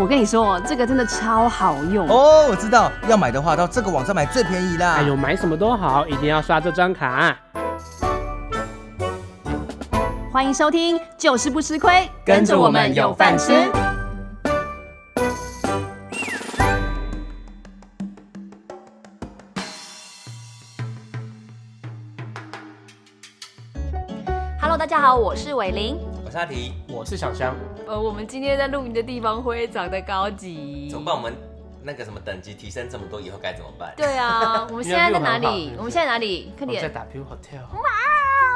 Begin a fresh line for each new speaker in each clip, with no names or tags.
我跟你说，这个真的超好用。
哦，我知道，要买的话到这个网站买最便宜啦。
哎呦，买什么都好，一定要刷这张卡。
欢迎收听，就是不吃亏，
跟着我们有饭吃。
Hello，大家好，我是伟玲。
我是阿提，
我是小香，
呃，我们今天在录音的地方会长得高级。
怎么办？我们那个什么等级提升这么多，以后该怎么办？
对 啊，我们现在在哪里？我们现在哪里？快
我们在
点！
打 P Hotel。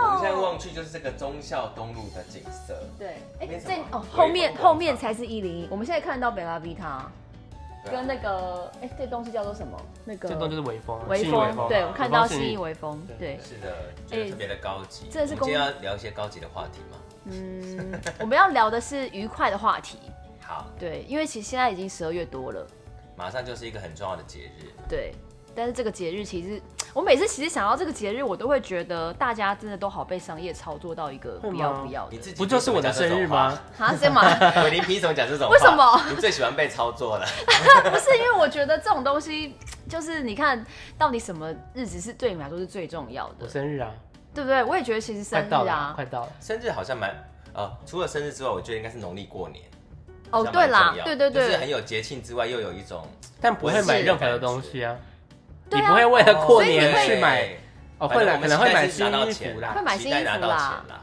我们现在望去就是这个忠孝东路的景色。
对，
没
哎，
什么
这哦
微风
后面
广场
后面才是一零一，我们现在看到北拉维塔
对啊
跟那个哎这东西叫做什么？那个
这栋就是微风，啊
微
信义
风，对我看到
信
新
义
意微风，对，
是的，觉得特别的高级。
哎这是
我
公
们今天要聊一些高级的话题吗？
嗯，我们要聊的是愉快的话题，
好，
对，因为其实现在已经十二月多了，
马上就是一个很重要的节日。
对，但是这个节日其实，我每次其实想到这个节日，我都会觉得大家真的都好被商业操作到一个
会吗
不要不要的
你，自己
不就是我的生日吗？
啊，谁嘛？
凭什么讲这种话？伟 林凭什么讲这种话？
为什么？
你最喜欢被操作了？
不是因为我觉得这种东西，就是你看到底什么日子是对你们来说是最重要
我
的，
生日啊，
对不对？我也觉得其实生
快
日
到了，
啊，
快到了。
生日好像蛮呃，除了生日之外，我觉得应该是农历过年。
哦，
好像
对
蛮
啦
重，要
对对
就是很
对，
有节庆之外，又有一种
但不会买任何的东西啊，
对
你
啊
不会为 了过年
哦
去买
对
哦，会
反正
了，
我
可
们
能会
期待
买新
是拿到
衣
钱
服
会
啦。
买新衣服啦
期待拿到钱啦。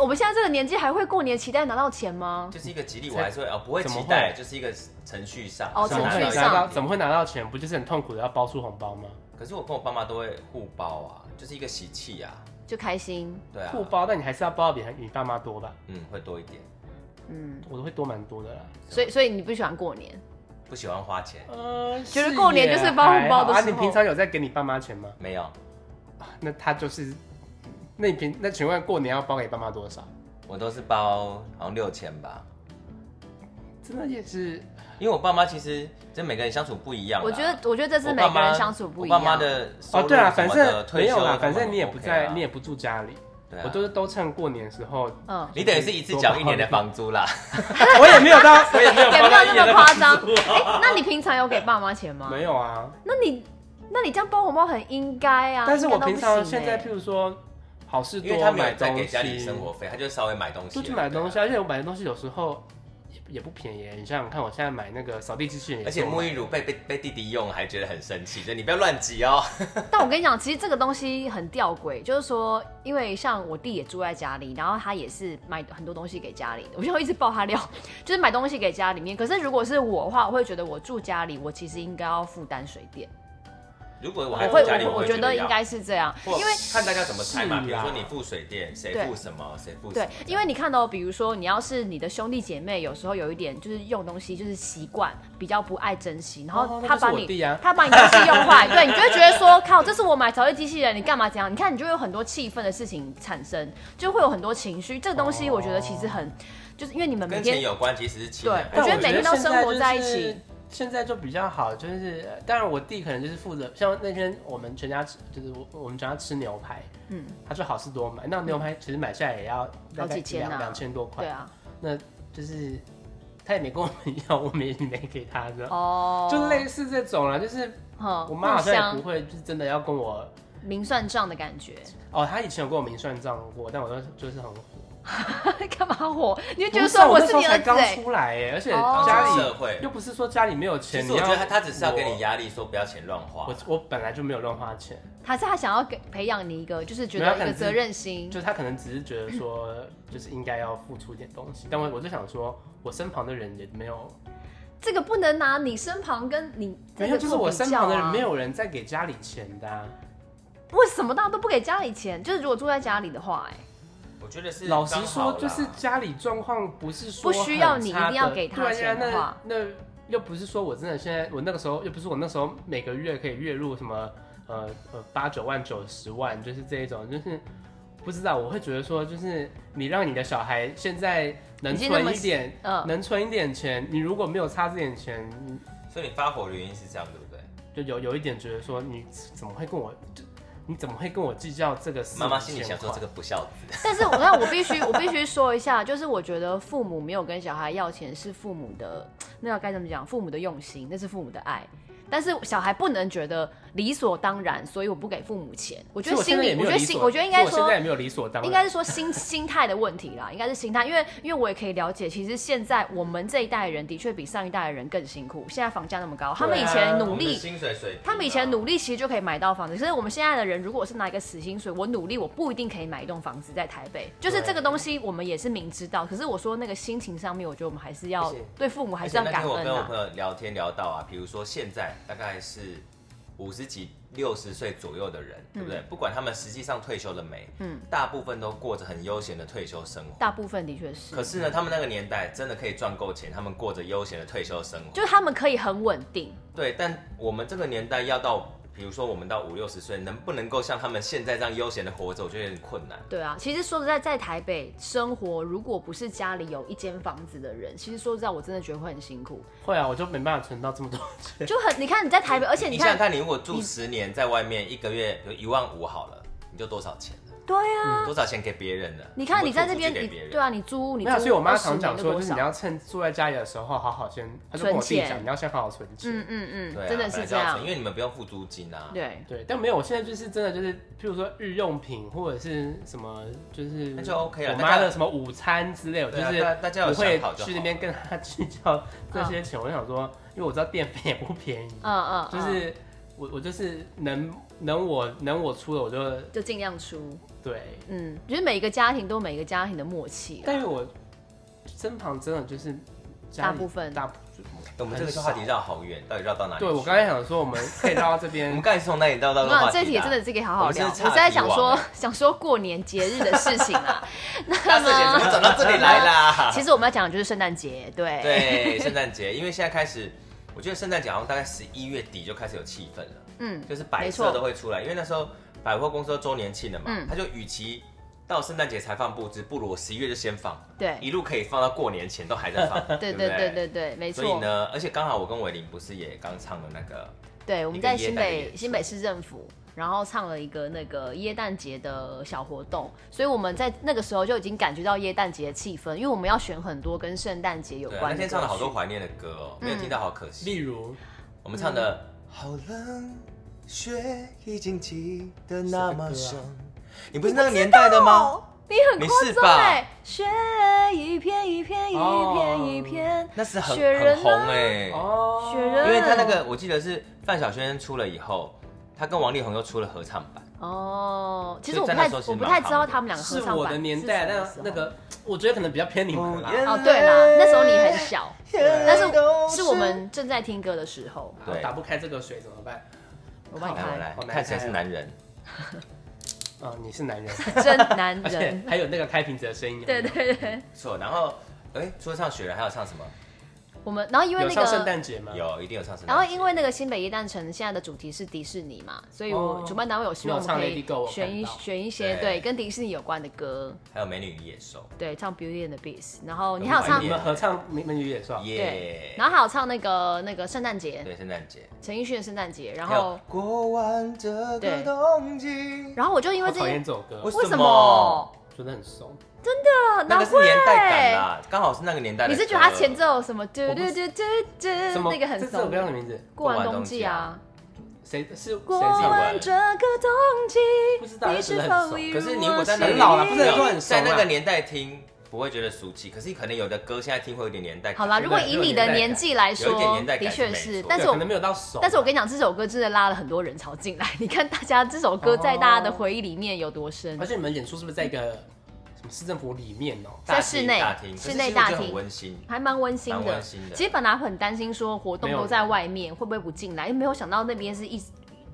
我们现在这个年纪还会过年期待拿到钱吗？
就是一个吉利，我还是会哦，不会
怎么
期
会
待，就是一个程序上。
哦
怎么
程
会
序
拿到？
上
怎么会拿到钱？不就是很痛苦的要包出红包吗？
可是我跟我爸妈都会互包啊，就是一个喜气啊，
就开心，
对啊，
互，包，但你还是要包的比你爸妈多吧？
嗯，会多一点。
嗯，
我都会多蛮多的啦。
所以所以你不喜欢过年，
不喜欢花钱，
呃，
觉得过年就是包红包的
还好啊。
时候
你平常有在给你爸妈钱吗？
没有，
那他就是，那你平那请问过年要包给爸妈多少？
我都是包好像六千吧，
真的也是，
因为我爸妈其实跟每个人相处不一样啦。
我觉得我觉得这是
啊我
每
爸
个
妈
人相处不一
我爸妈
样。
的收
哦，
入
对啊，
什
反
么
正
的退
没有
休
啦
啊，
反
他
正
们
你也不在，
OK 啊
你也不住家里，
对啊，
我都是都趁过年的时 候，
嗯，
你等于是一次缴一年的房租啦，
我也没有到， 我也没有
也
包
没有
到一
那么
年的
夸
房
张。
租，
哎、那你平常有给爸妈钱吗？
没有啊。
那你那你这样包红包很应该啊。
但是我
应该都
平
不
常
行
现在，
哎
譬如说好事
欸因为
多
他没有
买
在
东
给家里
西，
生活费，他就稍微买东西
出
了，
去买东西，
对啊
而且我买的东西有时候也也不便宜。欸你想想看，我现在买那个扫地机器人，
而且沐浴乳被被被弟弟用，还觉得很生气，所以你不要乱 挤哦。
但我跟你讲，其实这个东西很吊诡，就是说，因为像我弟也住在家里，然后他也是买很多东西给家里的，我 就一直爆他料，就是买东西给家里面。可是如果是我的话，我会觉得我住家里，我其实应该要负担水电。
如果我
我
还
会，
在家里，
我我觉得
要
应该是这样，
或
因为。
看大家怎么猜嘛，
是
比如说
啦
你付水电，谁
对
付什么，谁付什
对
么，这
因
样
为你看到、比如说你要是你的兄弟姐妹，有时候有一点就是用东西就是习惯比较不爱珍惜，然后
哦那
他
就是
把
我
你、
弟啊
他把你东西用坏，对你就会觉得说靠，这是我买扫地机器人，你干嘛这样？你看你就会有很多气愤的事情产生，就会有很多情绪。这个东西我觉得其实很，
哦
就是因为你们每
跟钱
天
有关，其实是情
对
感
哎我觉得每天都
现
生活
就
在一
是
起。
现在就比较好，就是呃当然我弟可能就是负责，像那天我们全家吃，就是我我们全家吃牛排，
嗯
嗯，他说好事多买，那牛排其实买下来也要大
好
概
几千啊
两两千多块，
对啊，
那就是他也没跟我们要，我们也没给他的，
哦，
就类似这种啦，就是
哼
我妈好
互
像
相
也不会，就是真的要跟我。
明算账的感觉，
哦，她以前有跟我明算账过，但我都就是很火。
干嘛我？你就觉
不
得
是啊
说
我那
是
时候
你儿
才
子
刚
哎、
出来哎，而且
哦
家
出
里
社会
又不是说家里没有
其
钱，
实我
你
觉
要
得他他只是要给
我
你压力，说不要钱乱花
我。我本来就没有乱花钱，
还是他想要给培养你一个就是觉
没
得
有
一
他可
个
能是
责任心，
就是他可能只是觉得说，就是应该要付出一点东西，但我我就想说，我身旁的人也没有，
这个不能拿你身旁跟你这
没
个
有，就是
做
我
比
身
较
旁的
啊
人没。有人在给家里钱的啊、
为什么大家都不给家里钱？就是如果住在家里的话、 哎，
我觉得是
老实
刚好
说
啦，
就是家里状况不是说
不需要你
很差的
一定要给他钱的
对
话
啊，那那又不是说我真的现在我那个时候又不是我那时候每个月可以月入什么呃呃八九万九十万，就是这一种，就是不知道我会觉得说，就是你让你的小孩现在能
已经那么
存一点，
嗯
能存一点钱，你如果没有差这点钱，你
所以你发火的原因是这样，对不对？
就有有一点觉得说你怎么会跟我就你怎么会跟我计较这个四五
妈妈心里
千
想说
块
这个不孝子，
但是我那我必须我必须说一下，就是我觉得父母没有跟小孩要钱是父母的，那要该怎么讲？父母的用心，那是父母的爱。但是小孩不能觉得理所当然，所以我不给父母钱。我觉
其
得心
实我现在也
里，
没
我
有
觉
理
得
所
心，我觉得应该
我现在也
说，
没有理所当然，
应该是说心 心态的问题啦，应该是心态，因为因为我也可以了解，其实现在我们这一代人的确比上一代的人更辛苦，现在房价那么高，哦他
啊
们以前努
我们
力
的。薪水水平啊，
他们以前努力其实就可以买到房子，可是我们现在的人，如果我是拿一个死薪水，我努力我不一定可以买一栋房子在台北。就是这个东西，我们也是明知道，可是我说那个心情上面，我觉得我们还是
而
要
且
对父母还
而
是
且
要
那
感
天我
恩
跟我
啊
朋。友聊天聊到啊，比如说现在大概是五十几、六十岁左右的人，对不对？不管他们实际上退休了没，
嗯
嗯，大部分都过着很悠闲的退休生活。
大部分的确是
可，是呢，他们那个年代真的可以赚够钱，他们过着悠闲的退休生活。
就是他们可以很稳定，
对，但我们这个年代要到，比如说我们到五六十岁，能不能够像他们现在这样悠闲的活着，我觉得有点困难。
对啊。其实说实在，在台北生活，如果不是家里有一间房子的人，其实说实在，我真的觉得会很辛苦，
会啊，我就没办法存到这么多钱。
就很你看你在台北，而且
你
你
想想
看，
看，你如果住十年在外面，一个月比如一万五好了，你就多少钱了？
对啊，
多少钱给别人了？
你看你在这
这
边，
给
你
别人，
对啊，你租 屋，你
没有，
租
所以我妈
20
常讲
年
说，
多
就是
少
你要趁住在家里的时候，好好先，她就跟我弟
存钱
讲，你要先好好存钱。
嗯嗯嗯，
对啊
真的
本
是
来
这
就要
样
存因，为你们不用付租金啊。
对。
对，但没有，我现在就是真的就是，譬如说日用品或者是什么，就是
那就 OK 了
我
大家
妈的什么午餐之类，我就
对啊
是
大大家有
不会
想好就好
去那边跟她计 较这些钱。我就想说，因为我知道电费也不便宜，
嗯嗯，
就
嗯
是我我就是能能我能我出的我就
就尽量出，
对，
嗯，就是每一个家庭都有每一个家庭的默契啦
但是我身旁真的就是家
大
里
部分
大部
哎我们这个话题绕好远，到底绕到哪里去？
对我刚才想说，我们可以绕到这
我
边
们，刚才从哪里绕到
我跟你讲，
这个话题、啊？
这题也真的是可以好好聊。
我
我
们是差
是在想
题王
说， 想说过年节日的事情啦。
大四姐怎 么走到这里来啦？
其实我们要讲的就是圣诞节，对，
对，圣诞节，因为现在开始，我觉得圣诞节好像大概十一月底就开始有气氛了，
嗯，
就是摆
没
设
错
都会出来，因为那时候百货公司都周年庆了嘛，
嗯
他就与其到圣诞节才放布置，不如我十一月就先放，一
对，
路可以放到过年前都还在放，
对
不
对对对对，没
所以
错。
呢，而且刚好我跟伟林不是也刚唱了那个，
对，我们
一个
在
耶
新
诞的
北
演出
新北市政府，然后唱了一个那个耶诞节的小活动，所以我们在那个时候就已经感觉到耶诞节的气氛，因为我们要选很多跟圣诞节有
对、
关的。嗯
啊，那天唱了好多，怀念的歌哦，没有听到，好可惜。
例 如
我们唱的
好冷，雪已经积得那么深
什么，
你不是那个年代的吗？？
你很
你
夸
是
张
吧
哎！雪一片一片一片一片，
哦那是很
雪人
很
啊嗯
红哎、
哦，
雪人
因为他那个我记得是范晓萱出了以后，他跟王力宏又出了合唱版，
哦，其实我
啊所以
不
在那
太
时候其实
我不
蛮
太知道
夯的
他们两个合
是
唱
我
版
的
是
年代，
什么
那
时候
那个我觉得可能比较偏你们啦。
哦，对啦，那时候你很 小，但是是我们正在听歌的时候，
啊
对
打不开这个水怎么办？
我帮你
来我
开，
来
好难
看谁
猜
是
哦
男人，
哦，你是男人，
真男
而且
人，
还有那个开瓶子的声音，
对对对，
错，然后哎，除了唱雪人还有唱什么？
我们然后因为
有
那
上圣
个。
诞节吗？，
有，一定有唱什么？
嗯然后因为那个新北耶诞城现在的主题是迪士尼嘛，所以我
哦
主办单位有希望我
你有唱
们可以
Lady Go，我看
选一
到
选一些
对
对跟迪士尼有关的歌，
还有美女与野兽，
对，唱 Beauty and the Beast，然后你
有
还有
怀
唱
你
念
们合唱《美美女野兽》
对
耶，，
然后还有唱那个那个圣诞节，
对圣诞节，
陈奕迅的圣诞节，然
还
后
有过完这
对
个冬季，
然后我就因为
我
这
讨厌
件
这首歌，
为
我
什
为什么啊
么？
觉得很怂。
那
难
个
怪
是年
啊
代感啦，刚好是那个年代的
你
歌。
是觉得他前奏什么嘟
我不
嘟
是
嘟嘟嘟嗯那个很
这这首
怂
歌，叫什么名字？
过完冬季啊，
谁是谁
过
唱的？
完这个冬季
不知道，
你是
但是很
否
怂
与
可是你如
我
果在那
心
个
很老了不
意
是说很熟
在
啊
那个年代听不会觉得俗气，可是可能有的歌现在听会有点年代感。
好啦，
对
如果以你的年纪来说
有一点年代，
的
感
确
没
是，
错
但是
对
我
可能没有到熟，
但是我跟你讲，这首歌真的拉了很多人潮进来。 你看大家这首歌在
哦
大家的回忆里面有多深
而？且你们演出是不是在一个什么市政府里面哦？
在
大
室
厅
内
大厅
室内
可是其实我觉
大
得
厅
很温馨。
还蛮温馨
蛮
的
温馨。的
其实本来很担心说活动
没有
都在外面会不会不进来，因为没有想到那边是一直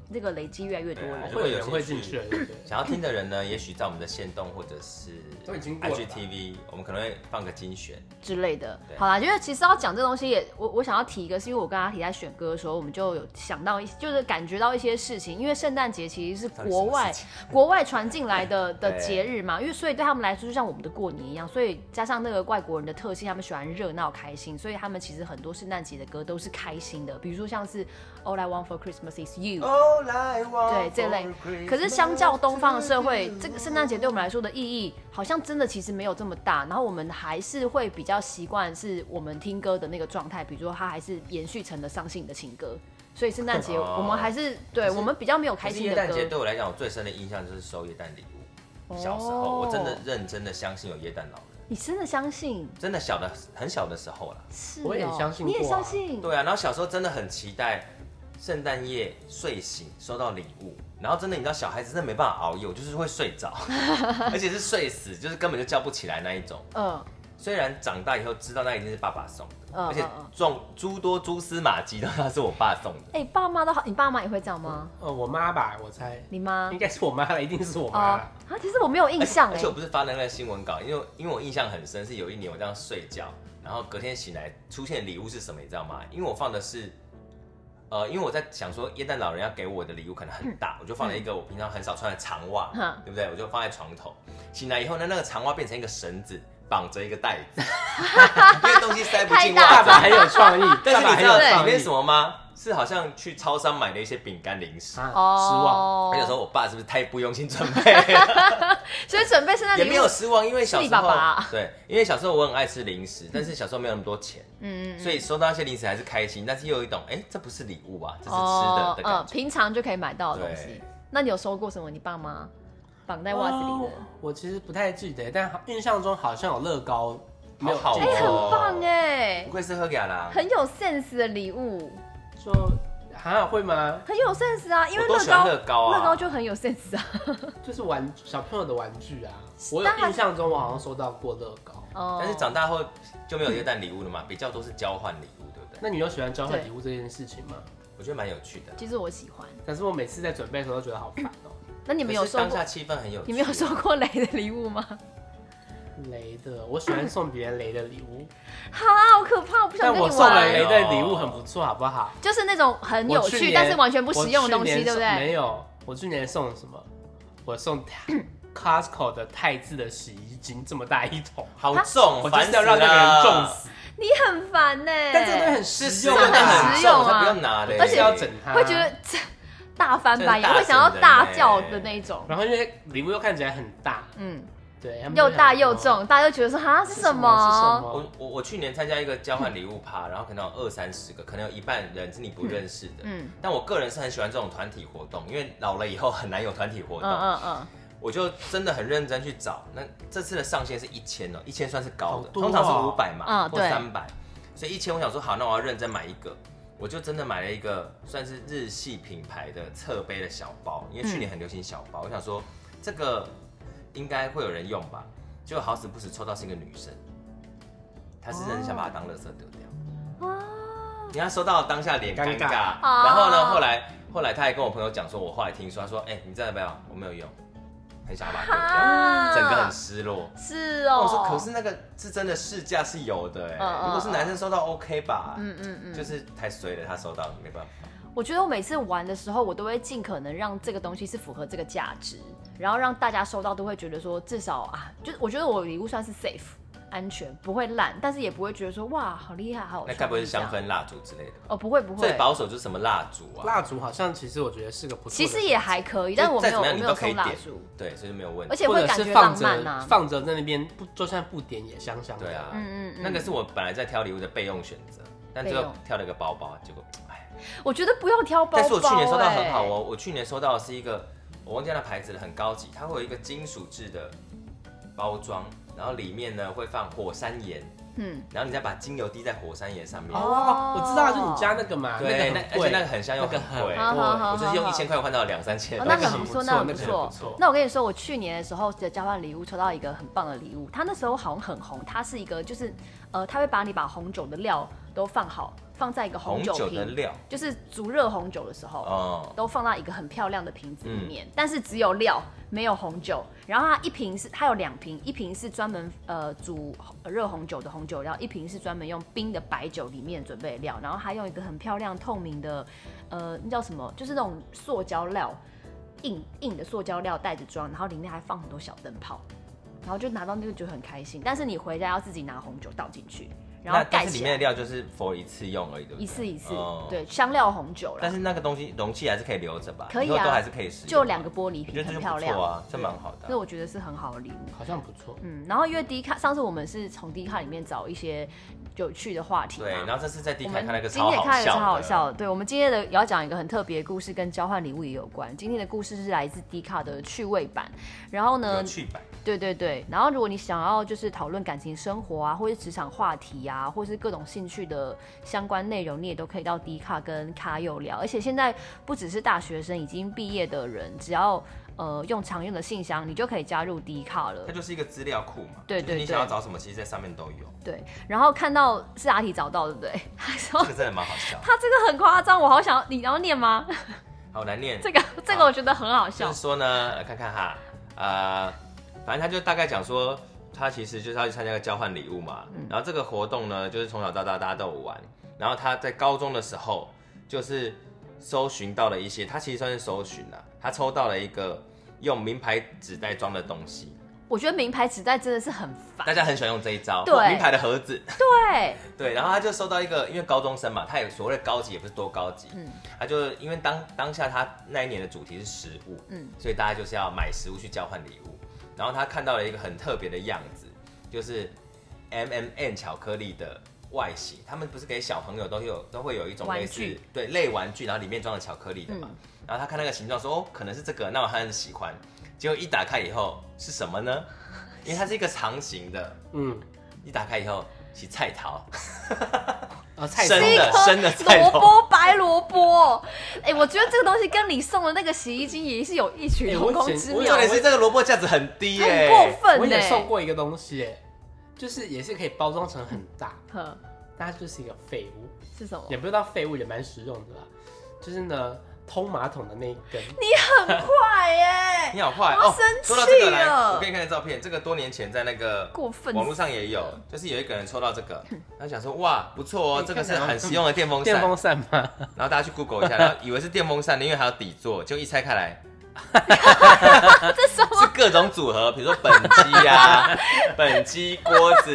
那个累积越来越多
对啊
人。
会有人嗯会进去的，对不对？
想要听的 人呢，也许在我们的线动或者是
都已经过了吧
IGTV，我们可能会放个精选。
之类的。
对
好啦，因为其实要讲这东西也，我我想要提一个，是因为我跟阿提在选歌的时候，我们就有想到一，就是感觉到一些事情，因为圣诞节其实是国外
到底什么 事
国外传进来的的
对
节日嘛，因为所以对他们来说就像我们的过年一样，所以加上那个外国人的特性，他们喜欢热闹开心，所以，Oh, 他们其实很多圣诞节的歌都是开心的，比如说像是 All I Want for Christmas is You，、对
哦
对
这类。可是相较东方的社会，这个圣诞节对我们来说的意义，好像真的其实没有这么大。然后我们还是会比较习惯是我们听歌的那个状态，比如说它还是延续成了伤心的情歌。所以圣诞节
哦
我们还是对
可是
我们比较没有开
可是
心
耶
的
诞节
歌。
对我来讲，我最深的印象就是收耶诞礼物。
哦
小时候，我真的认真的相信有耶诞老人，
你真的相信？
真的小的很小的时候啦。
是、哦，
我也相信
你也
过啊
相信？
对啊，然后小时候真的很期待圣诞夜睡醒收到礼物，然后真的你知道小孩子真的没办法熬夜，我就是会睡着， 而且是睡死，就是根本就叫不起来那一种。
嗯，
虽然长大以后知道那一定是爸爸送的，
嗯
而且
嗯嗯
众诸多蛛丝马迹都知道是我爸送的。
哎、爸妈都好，你爸妈也会这样吗？
呃，我妈吧，我猜
你妈
应？该是我妈了，一定是我
嗯哦
妈
啊
啦。，
其实我没有印象
而
哎、
且我不是发了那个新闻稿，因为因为我印象很深，是有一年我这样睡觉，然后隔天醒来出现的礼物是什么，你知道吗？因为我放的是，呃，因为我在想说，耶诞老人要给我的礼物可能很大，我就放了一个我平常很少穿的长袜，
嗯
对不对？我就放在床头，醒来以后呢，那个长袜变成一个绳子，绑着一个袋 子，因为东西塞不进
爸
袜
爸
子。
很有 创意，
但是
爸
你
爸很
知
有
道
创
里
意
面什么吗？是好像去超商买的一些饼干零食。
啊？失望。
哦
而，且说我爸是不是太不用心准备了？
所以准备圣诞礼嗯
也
物
没有失望，因为小时
是你爸
候
爸啊
对，因为小时候我很爱吃零食，但是小时候没有那么多钱，
嗯，嗯
所以收到那些零食还是开心，但是又有一种哎、这不是礼物啊，这是吃的
哦，
的
嗯
感，觉。
平常就可以买到的东西
对。
那你有收过什么？你爸妈绑在袜子里的
哦？我其实不太记得，但好印象中好像有乐高，没有
好好
进
哎、
哦
很
过，
棒哎、
不愧是喝给啦，
很有 sense 的礼物，
就还会吗？
很有 sense 啊，因为
我都
乐
喜欢
高
乐高啊
就很有 sense 啊。
就是玩小朋友的玩具啊，我有
当然
印象中我好像收到过乐高。
哦
但是长大后就没有
嗯
元蛋礼物了嘛，比较多是交换礼物，对不对？
那你有喜欢交换
对
礼物这件事情吗？
我觉得蛮有趣的。
其实我喜欢。
但是我每次在准备的时候都觉得好烦哦、
那你们有
可是
收
当
过
下？气氛很有趣，啊
你们有收过雷的礼物 吗？
雷的，我喜欢送别人雷的礼物，
好啊，好可怕，我不想
但
跟
我
你
送了
玩。
雷的礼物很不错，好不好？
就是那种很有
我去
趣，
年
但是完全不实用的东
我
西，
去年
对不
送
对？
没有，我去年送了什么？我送 Costco 的泰字的洗衣精，这么大一桶，
好
啊
我
重，
就
烦
是
死
要
了，
让那个人重死。
你很烦呢、
但这个东西很
是
实
实用
用
的，
这个
啊，
很实用啊
我才不要拿嘞，
而
而
且
且要整它，
会觉得这 大翻白眼，
啊真的大
会想要
整人
大
欸
叫的那一种。
然后因为礼物又看起来很大，
嗯，
对，他们就
又大
想说
又，重，大家就觉得说哈是
是
什
什么？是什
么？
么？
我我我去年参加一个交换礼物趴，然后可能有二三十个，可能有一半人是你不认识的。
嗯
嗯，但我个人是很喜欢这种团体活动，因为老了以后很难有团体活
嗯
动，
嗯嗯，
我就真的很认真去找。那这次的上限是一千哦，一千算是高
好
的，
多哦
通常是五百嘛，
嗯
或
对
三百，所以一千我想说好，那我要认真买一个。我就真的买了一个算是日系品牌的侧背的小包，因为
嗯
去年很流行小包，我想说这个应该会有人用吧，结果好死不死抽到是一个女生，她是真的想把它当垃圾丢掉。你看收到当下脸尴
尴
尬，
尬
然后呢，
哦
后来后来他还跟我朋友讲说，我后来听说，他说，哎、你真的没有，我没有用，很想要把它丢掉，
啊
整个很失落。
是
那
哦。
我说，可是那个是真的市价是有的、哎、
嗯嗯
如果是男生收到 OK 吧，
嗯嗯嗯，
就是太衰了，他收到没办法，
我觉得我每次玩的时候，我都会尽可能让这个东西是符合这个价值，然后让大家收到都会觉得说，至少啊，就是我觉得我礼物算是 safe 安全，不会烂，但是也不会觉得说哇好厉害，好有
那该不会是
创意
香
这样？
氛蜡烛之类的吧？
哦，不会不会
最，保守就是什么蜡烛啊，
蜡烛好像其实我觉得是个不错的
其
选择，
实也还可以，但是我
再
没
怎
有
么
我
样你
没
都
有
可以
送蜡
点
烛，
对，所以就没有问
而
题。
且
或
会
者
感
是
觉
放
浪
着
漫啊。
放着在那边不就算不点也香香的。
对啊，
嗯嗯嗯
那个是我本来在挑礼物的备用选择，但最
备
后
用
挑了个包包，结果哎。
我觉得不要挑包包、欸。
但是我去年收到很好哦，我去年收到的是一个我忘记它的牌子了，很高级，它会有一个金属制的包装，然后里面呢会放火山岩，
嗯，
然后你再把精油滴在火山岩上面。
哦
哦，我知道，就你家那个嘛，那
哦对，
个
那
很
而且
贵，
那个很香又
那个
很贵，
好好欸啊好
我就是用
好
一千块换到两三千
哦那
的东
个
西，
很不错那很
那
不
个
错
很不错
那我跟你说，我去年的时候的交换礼物抽到一个很棒的礼物，它那时候好像很红，它是一个就是呃，它会把你把红酒的料都放好，放在一个
红
酒
酒的
瓶，
料
就是煮热红酒的时候。
哦，
都放到一个很漂亮的瓶子里
嗯
面，但是只有料没有红酒。然后它一瓶是它有两瓶，一瓶是专门呃煮热红酒的红酒料，一瓶是专门用冰的白酒里面准备的料。然后还用一个很漂亮透明的呃那叫什么，就是那种呃塑胶料硬硬的塑胶料袋子装，然后里面还放很多小灯泡。然后就拿到那个就很开心，但是你回家要自己拿红酒倒进去，然后
那
盖
但是里
起
面
来，
的料就是佛一次用而已，对不对？
一次一次
哦，
对，香料红酒
但
啦，
是那个东西容器还是可以留着吧？
可以啊
以后都还是可以使用。
就两个，玻璃
我觉
瓶，
得这
很
就
漂
不
亮
错啊，这蛮好
所以
的啊。
我觉得是很好的礼物。
好像不错。
嗯，然后因为迪卡，上次我们是从迪卡里面找一些有趣的话题嘛，
对，然后这次在迪
我
卡
们
看那个
今
超
天也
好
看了
笑
超
的，
好笑的。对，我们今天的也要讲一个很特别的故事，跟交换礼物也有关。今天的故事是来自迪卡的趣味版，然后呢
有，趣版。
对对对，然后如果你想要就是讨论感情生活啊，或是职场话题啊，或是各种兴趣的相关内容，你也都可以到迪卡跟卡友聊。而且现在不只是大学生，已经毕业的人，只要呃用常用的信箱，你就可以加入迪卡了
它。就是一个资料库嘛，
对
就是
对对
你想要找什么，其实在上面都 有，
对，然后看到是阿提找到，对不 对？他说
这个真的蛮好笑。
他这个很夸张，我好想你要念吗？
好难念，
这个这个我觉得很好笑
就是。说呢，呃看看哈，呃，反正他就大概讲说，他其实就是要去参加个交换礼物嘛。
嗯
然后这个活动呢，就是从小到大大家都有玩。然后他在高中的时候，就是搜寻到了一些，他其实算是搜寻啦、他抽到了一个用名牌纸袋装的东西，
我觉得名牌纸袋真的是很烦
大。家很喜欢用这一招，
对
名牌的盒子。
对，
对，然后他就收到一个，因为高中生嘛，他也所谓的高级也不是多高级，
嗯
他就因为当当下他那一年的主题是食物，
嗯
所以大家就是要买食物去交换礼物。然后他看到了一个很特别的样子，就是 M M N 巧克力的外形，他们不是给小朋友都有都会有一种类似
玩具
对类玩具，然后里面装的巧克力的嘛。
嗯
然后他看那个形状说哦，可能是这个，那我很喜欢。结果一打开以后是什么呢？因为它是一个长形的，
嗯，
一打开以后是菜桃。
啊，菜
生
头
的生的菜
萝
头
卜白萝卜，哎、我觉得这个东西跟你送的那个洗衣精也是有异曲同工之
哎我以
妙
重，点
前
是这个萝卜价值很低欸
很
耶、
过
我
分呢、
也送过一个东西耶，就是也是可以包装成很大，
呵，
但它就是一个废物，
是
哦
什么？
也不知道废物，也蛮实用的啦。就是呢，通马桶的那一根，
快耶、
你好坏
我
哦
生！
说到这
气
个来，
了
我给你看的照片，这个多年前在那个
过分
网络上也有，就是有一个人抽到这个，然后想说哇不错哦，
哎
这个是
看起来
很实用的电风
电
扇，
风扇嘛，
然后大家去 Google 一下，然后以为是电风扇的，因为还有底座，就一拆 开来。是各种组合，比如说本机啊、本机锅子，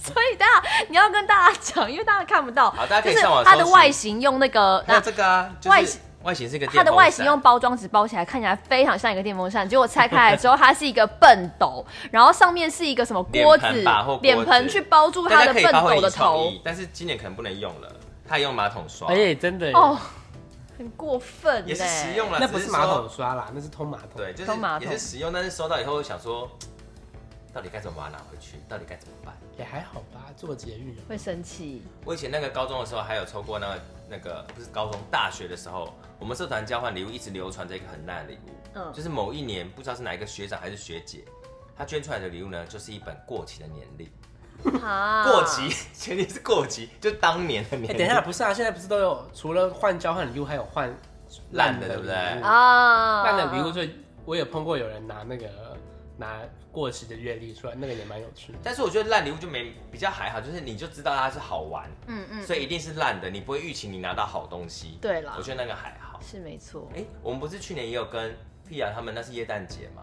所以大家你要跟大家讲，因为大家看不到，
好大家可以
就是
上网搜
它的
寻
外形用那个
还有这个啊，就是
外形
外形是一个电
它
风扇，
的外形用包装纸包起来，看起来非常像一个电风扇。结果拆开来之后，它是一个笨斗，然后上面是一个什么锅子
脸盆吧或锅、子
脸盆去包住
大
它
家
的
可以
笨
发挥
斗
你
的
创
头
意，，但是今年可能不能用了，他也用马桶刷，
哎、真的耶
哦， 很过分、欸，
也是实用了，
那不
哦只是
是马
说
桶刷啦，那是通马桶。
对，就是
通马桶
也是实用，但是收到以后想说，到底该怎么把它拿回去？到底该怎么办？
也还好吧，做捷运有
会生气。
我以前那个高中的时候，还有抽过那个那个不是高中大学的时候，我们社团交换礼物一直流传着一个很烂的礼物，
嗯
就是某一年不知道是哪一个学长还是学姐，他捐出来的礼物呢，就是一本过期的年历，
啊
过期， 前提是过期，就当年的
哎、
年历。
等一下，，不是啊，现在不是都有除了换交换礼物，还有换
烂的
礼
对
物
不对
啊！
烂的礼物就我有碰过有人拿那个拿过期的月历出来，那个也蛮有趣的。
但是我觉得烂礼物就没比较还好，就是你就知道它是好玩，
嗯嗯，
所以一定是烂的，你不会预期你拿到好东西。
对
啊
啦
我，觉得那个还好。
是没错。
哎、我们不是去年也有跟 P 雅他们那是耶诞节嘛，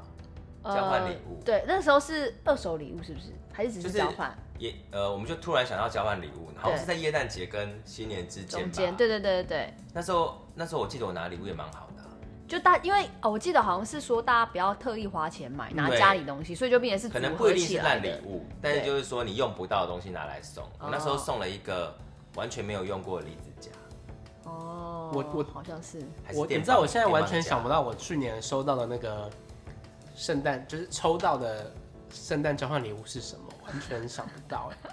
交换礼物
呃对，那时候是二手礼物，是不是？还是只
就是
是交换？
也呃，我们就突然想到交换礼物，好像
对
是在耶诞节跟新年之间
中
吧。
间，对对对对对。
那时候那时候我记得我拿礼物也蛮好的啊、
就大，因为哦，我记得好像是说大家不要特意花钱买，拿
对
家里东西，所以就变成是
可能
组
不
合
一定
起
是
来
烂
的
礼物，但是就是说你用不到的东西拿来送。我那时候送了一个完全没有用过的离子夹，
哦，
我我
好像是
还是
我你
电
知道
棒
我现在完全
电
想
棒
不到我去年收到的那个圣诞，就是抽到的圣诞交换礼物是什么，完全想不到哎、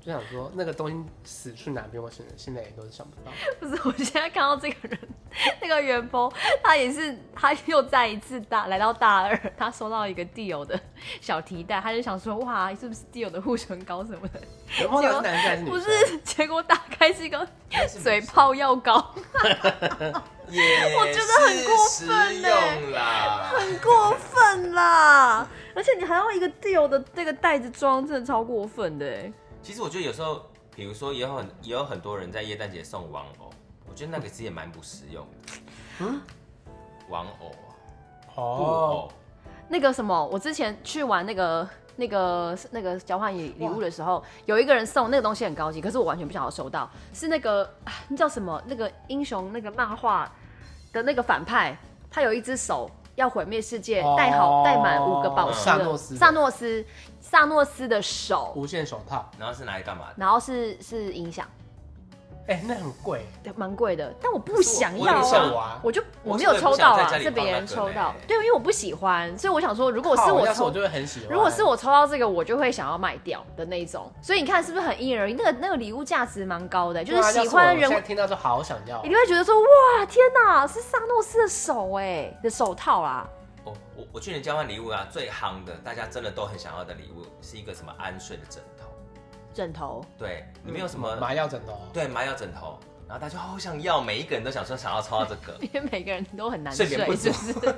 就想说那个东西死去哪边，我现在现在也都是想不到。
不是？我现在看到这个人，那个元峰，他也是，他又再一次大来到大二，他收到一个 Dior 的小提袋，他就想说哇，是不是 Dior 的护唇膏什么的？
然后是男生还是女
不
生？
是，结果打开是一个
夹是
嘴泡药膏，
女生也
我觉得很过分
是实
欸
用啦。
很过分啦！而且你还要一个 Dior 的这个袋子装，真的超过分的欸。
其实我觉得有时候，比如说也有很也有很多人在耶诞节送玩偶，我觉得那个其实也啊蛮不实用的。嗯，玩偶啊，布
哦
偶，
那个什么，我之前去玩那个那个那个交换礼礼物的时候，有一个人送那个东西很高级，可是我完全不想要收到，是那个啊那叫什么？那个英雄那个漫画的那个反派，他有一只手。要毁灭世界，
哦
戴好戴满五个宝石的
萨诺斯的
萨诺斯萨诺斯的手，
无线手套，
然后是拿来干嘛的？
然后是是音响，
哎、那很贵，
对蛮贵的，但我不想
我
要
有
啊
送
我啊
我就我
我
没
是
有
我也
抽
不
到
想在
啊，
家里
是
放
别
那
人
个
抽
呢
到，对，因为我不喜欢，所以我想说，如果是
我
我
要是
抽
我就会很喜欢。
如果是我抽到这个，我就会想要卖掉的那一种。所以你看是不是很因人而异？那个那个礼物价值蛮高的，就
对啊，
是喜欢的
要
人
是我现在
会，
听到就好想要啊
你就。会觉得说哇，天哪，是萨诺斯的手哎的手套啦。
哦，我我去年交换礼物啊，最夯的，大家真的都很想要的礼物是一个什么安睡的枕头，
枕 头，
对，里面有什么、
麻药枕哦头？
对麻药枕头，然后大家好想要，每一个人都想说想要抽到这 个，
因为每个人都很难
睡
睡，
眠
是不
不
是
足？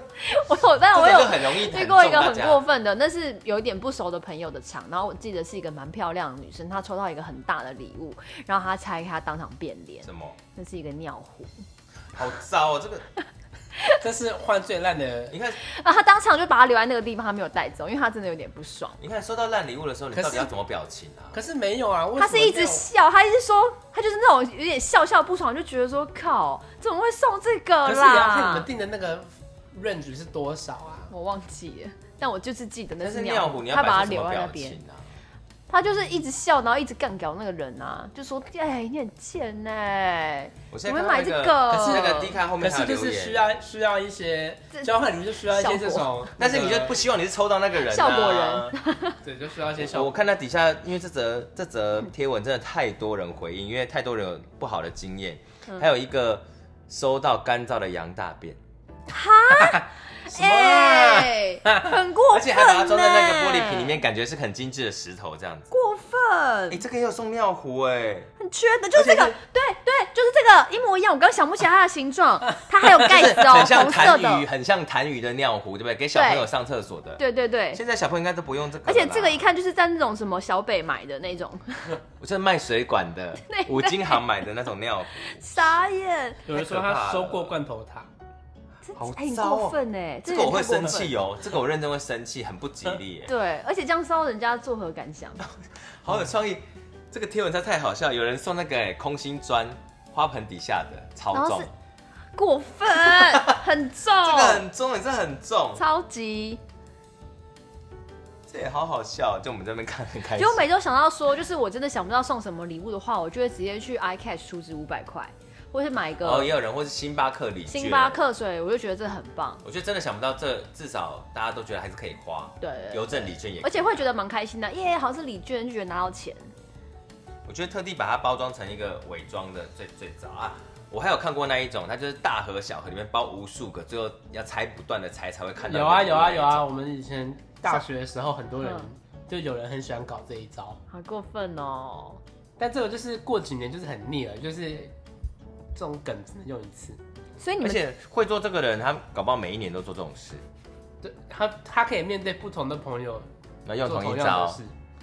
我有，但我
这
有
个就很容易
遇
很
过一个很过
分，
分的，那是有一点不熟的朋友的场，然后我记得是一个蛮漂亮的女生，她抽到一个很大的礼物，然后她拆开，她当场变脸，
什么
那是一个尿壶
好糟哦，这个
这是换最烂的。
你看
啊，她当场就把它留在那个地方，她没有带走，因为她真的有点不爽。
你看收到烂礼物的时候，你
可是
到底要怎么表情啊？
可是没有啊，为什么
他是一直
没有
笑，他一直说，他就是那种有点笑笑不爽，就觉得说靠，怎么会送这个
可是也要看你
啦
们？定的那个 range 是多少啊？
我忘记了，但我就是记得那
但是
是
尿
尿
壶
壶，
你要
他把
摆
它
出什
留
么
在那
表
边，
情啊？
他就是一直笑，然后一直干掉那个人啊，就说哎、你很贱哎、
我
你
现
会
在看到
买
那
这
个，
个，
可是那个 D 卡后
可
面还
是
有
就
留
是需
言，
要需要一些
这
交换礼物，就需要一些这
效
种，
但是你就不希望你是抽到那个人、啊，
效果人。
对，就需要一些效
我
果。
看到底下，因为这则这则贴文真的太多人回应，因为太多人有不好的经验。
嗯
还有一个收到干燥的羊大便，
哎、很过
啊而且
分、
还
欸，
把它装在那个玻璃瓶里，面，感觉是很精致的石头这样子。
过分
哎、，这个也有送尿壶哎、
很缺的，就是这个
而且是，
对对，就是这个一模一样。我刚想不起来它的形状，它 还有盖子哦，
很像
红色
痰盂，
的，
很像痰盂的尿壶，对不对？给小朋友上厕所的。
对对对。
现在小朋友应该都不用这个了
而
啦，
且这个一看就是在那种什么小北买的那种，
我是卖水管 的，五金行买的那种尿壶，
傻眼，
有人说他收过罐头塔，
这
好
哎、很
糟哦
过分哎，
这个我会
有点
生
太过分。
气哦，这个我认真会生气，很不吉利 耶。
对，而且这样烧人家作何感 想？
好有创意！这个贴文它太好笑，有人送那个哎、空心砖花盆底下的
然
超
后
重
是，哦过分，很重，
这个很重，也是很重，
超级。
这也好好笑，就我们这边看得很开心
就。每周想到说，就是我真的想不到送什么礼物的话，我就会直接去 iCash 出资五百块，或是买一
然后
个
哦也有人或是星巴克礼券，
星巴，克水，我就觉得这很棒。
我觉得真的想不到这，至少大家都觉得还是可以花。
对对对
邮政礼券也可以，
而且会觉得蛮开心的，耶，好像是礼券，就觉得拿到钱。
我觉得特地把它包装成一个伪装的最最早啊。我还有看过那一种，它就是大盒小盒里面包无数个，最后要拆不断的拆才会看到。
有啊有啊有啊！我们以前大学的时候，很多人
嗯
就有人很喜欢搞这一招，
好过分哦！
但这个就是过几年就是很腻了，就是这种梗只能用一次。
所以你
而
们
且会做这个的人，他搞不好每一年都做这种事，
对他，他可以面对不同的朋友
那
做
用同
同
一
样
招
的事，。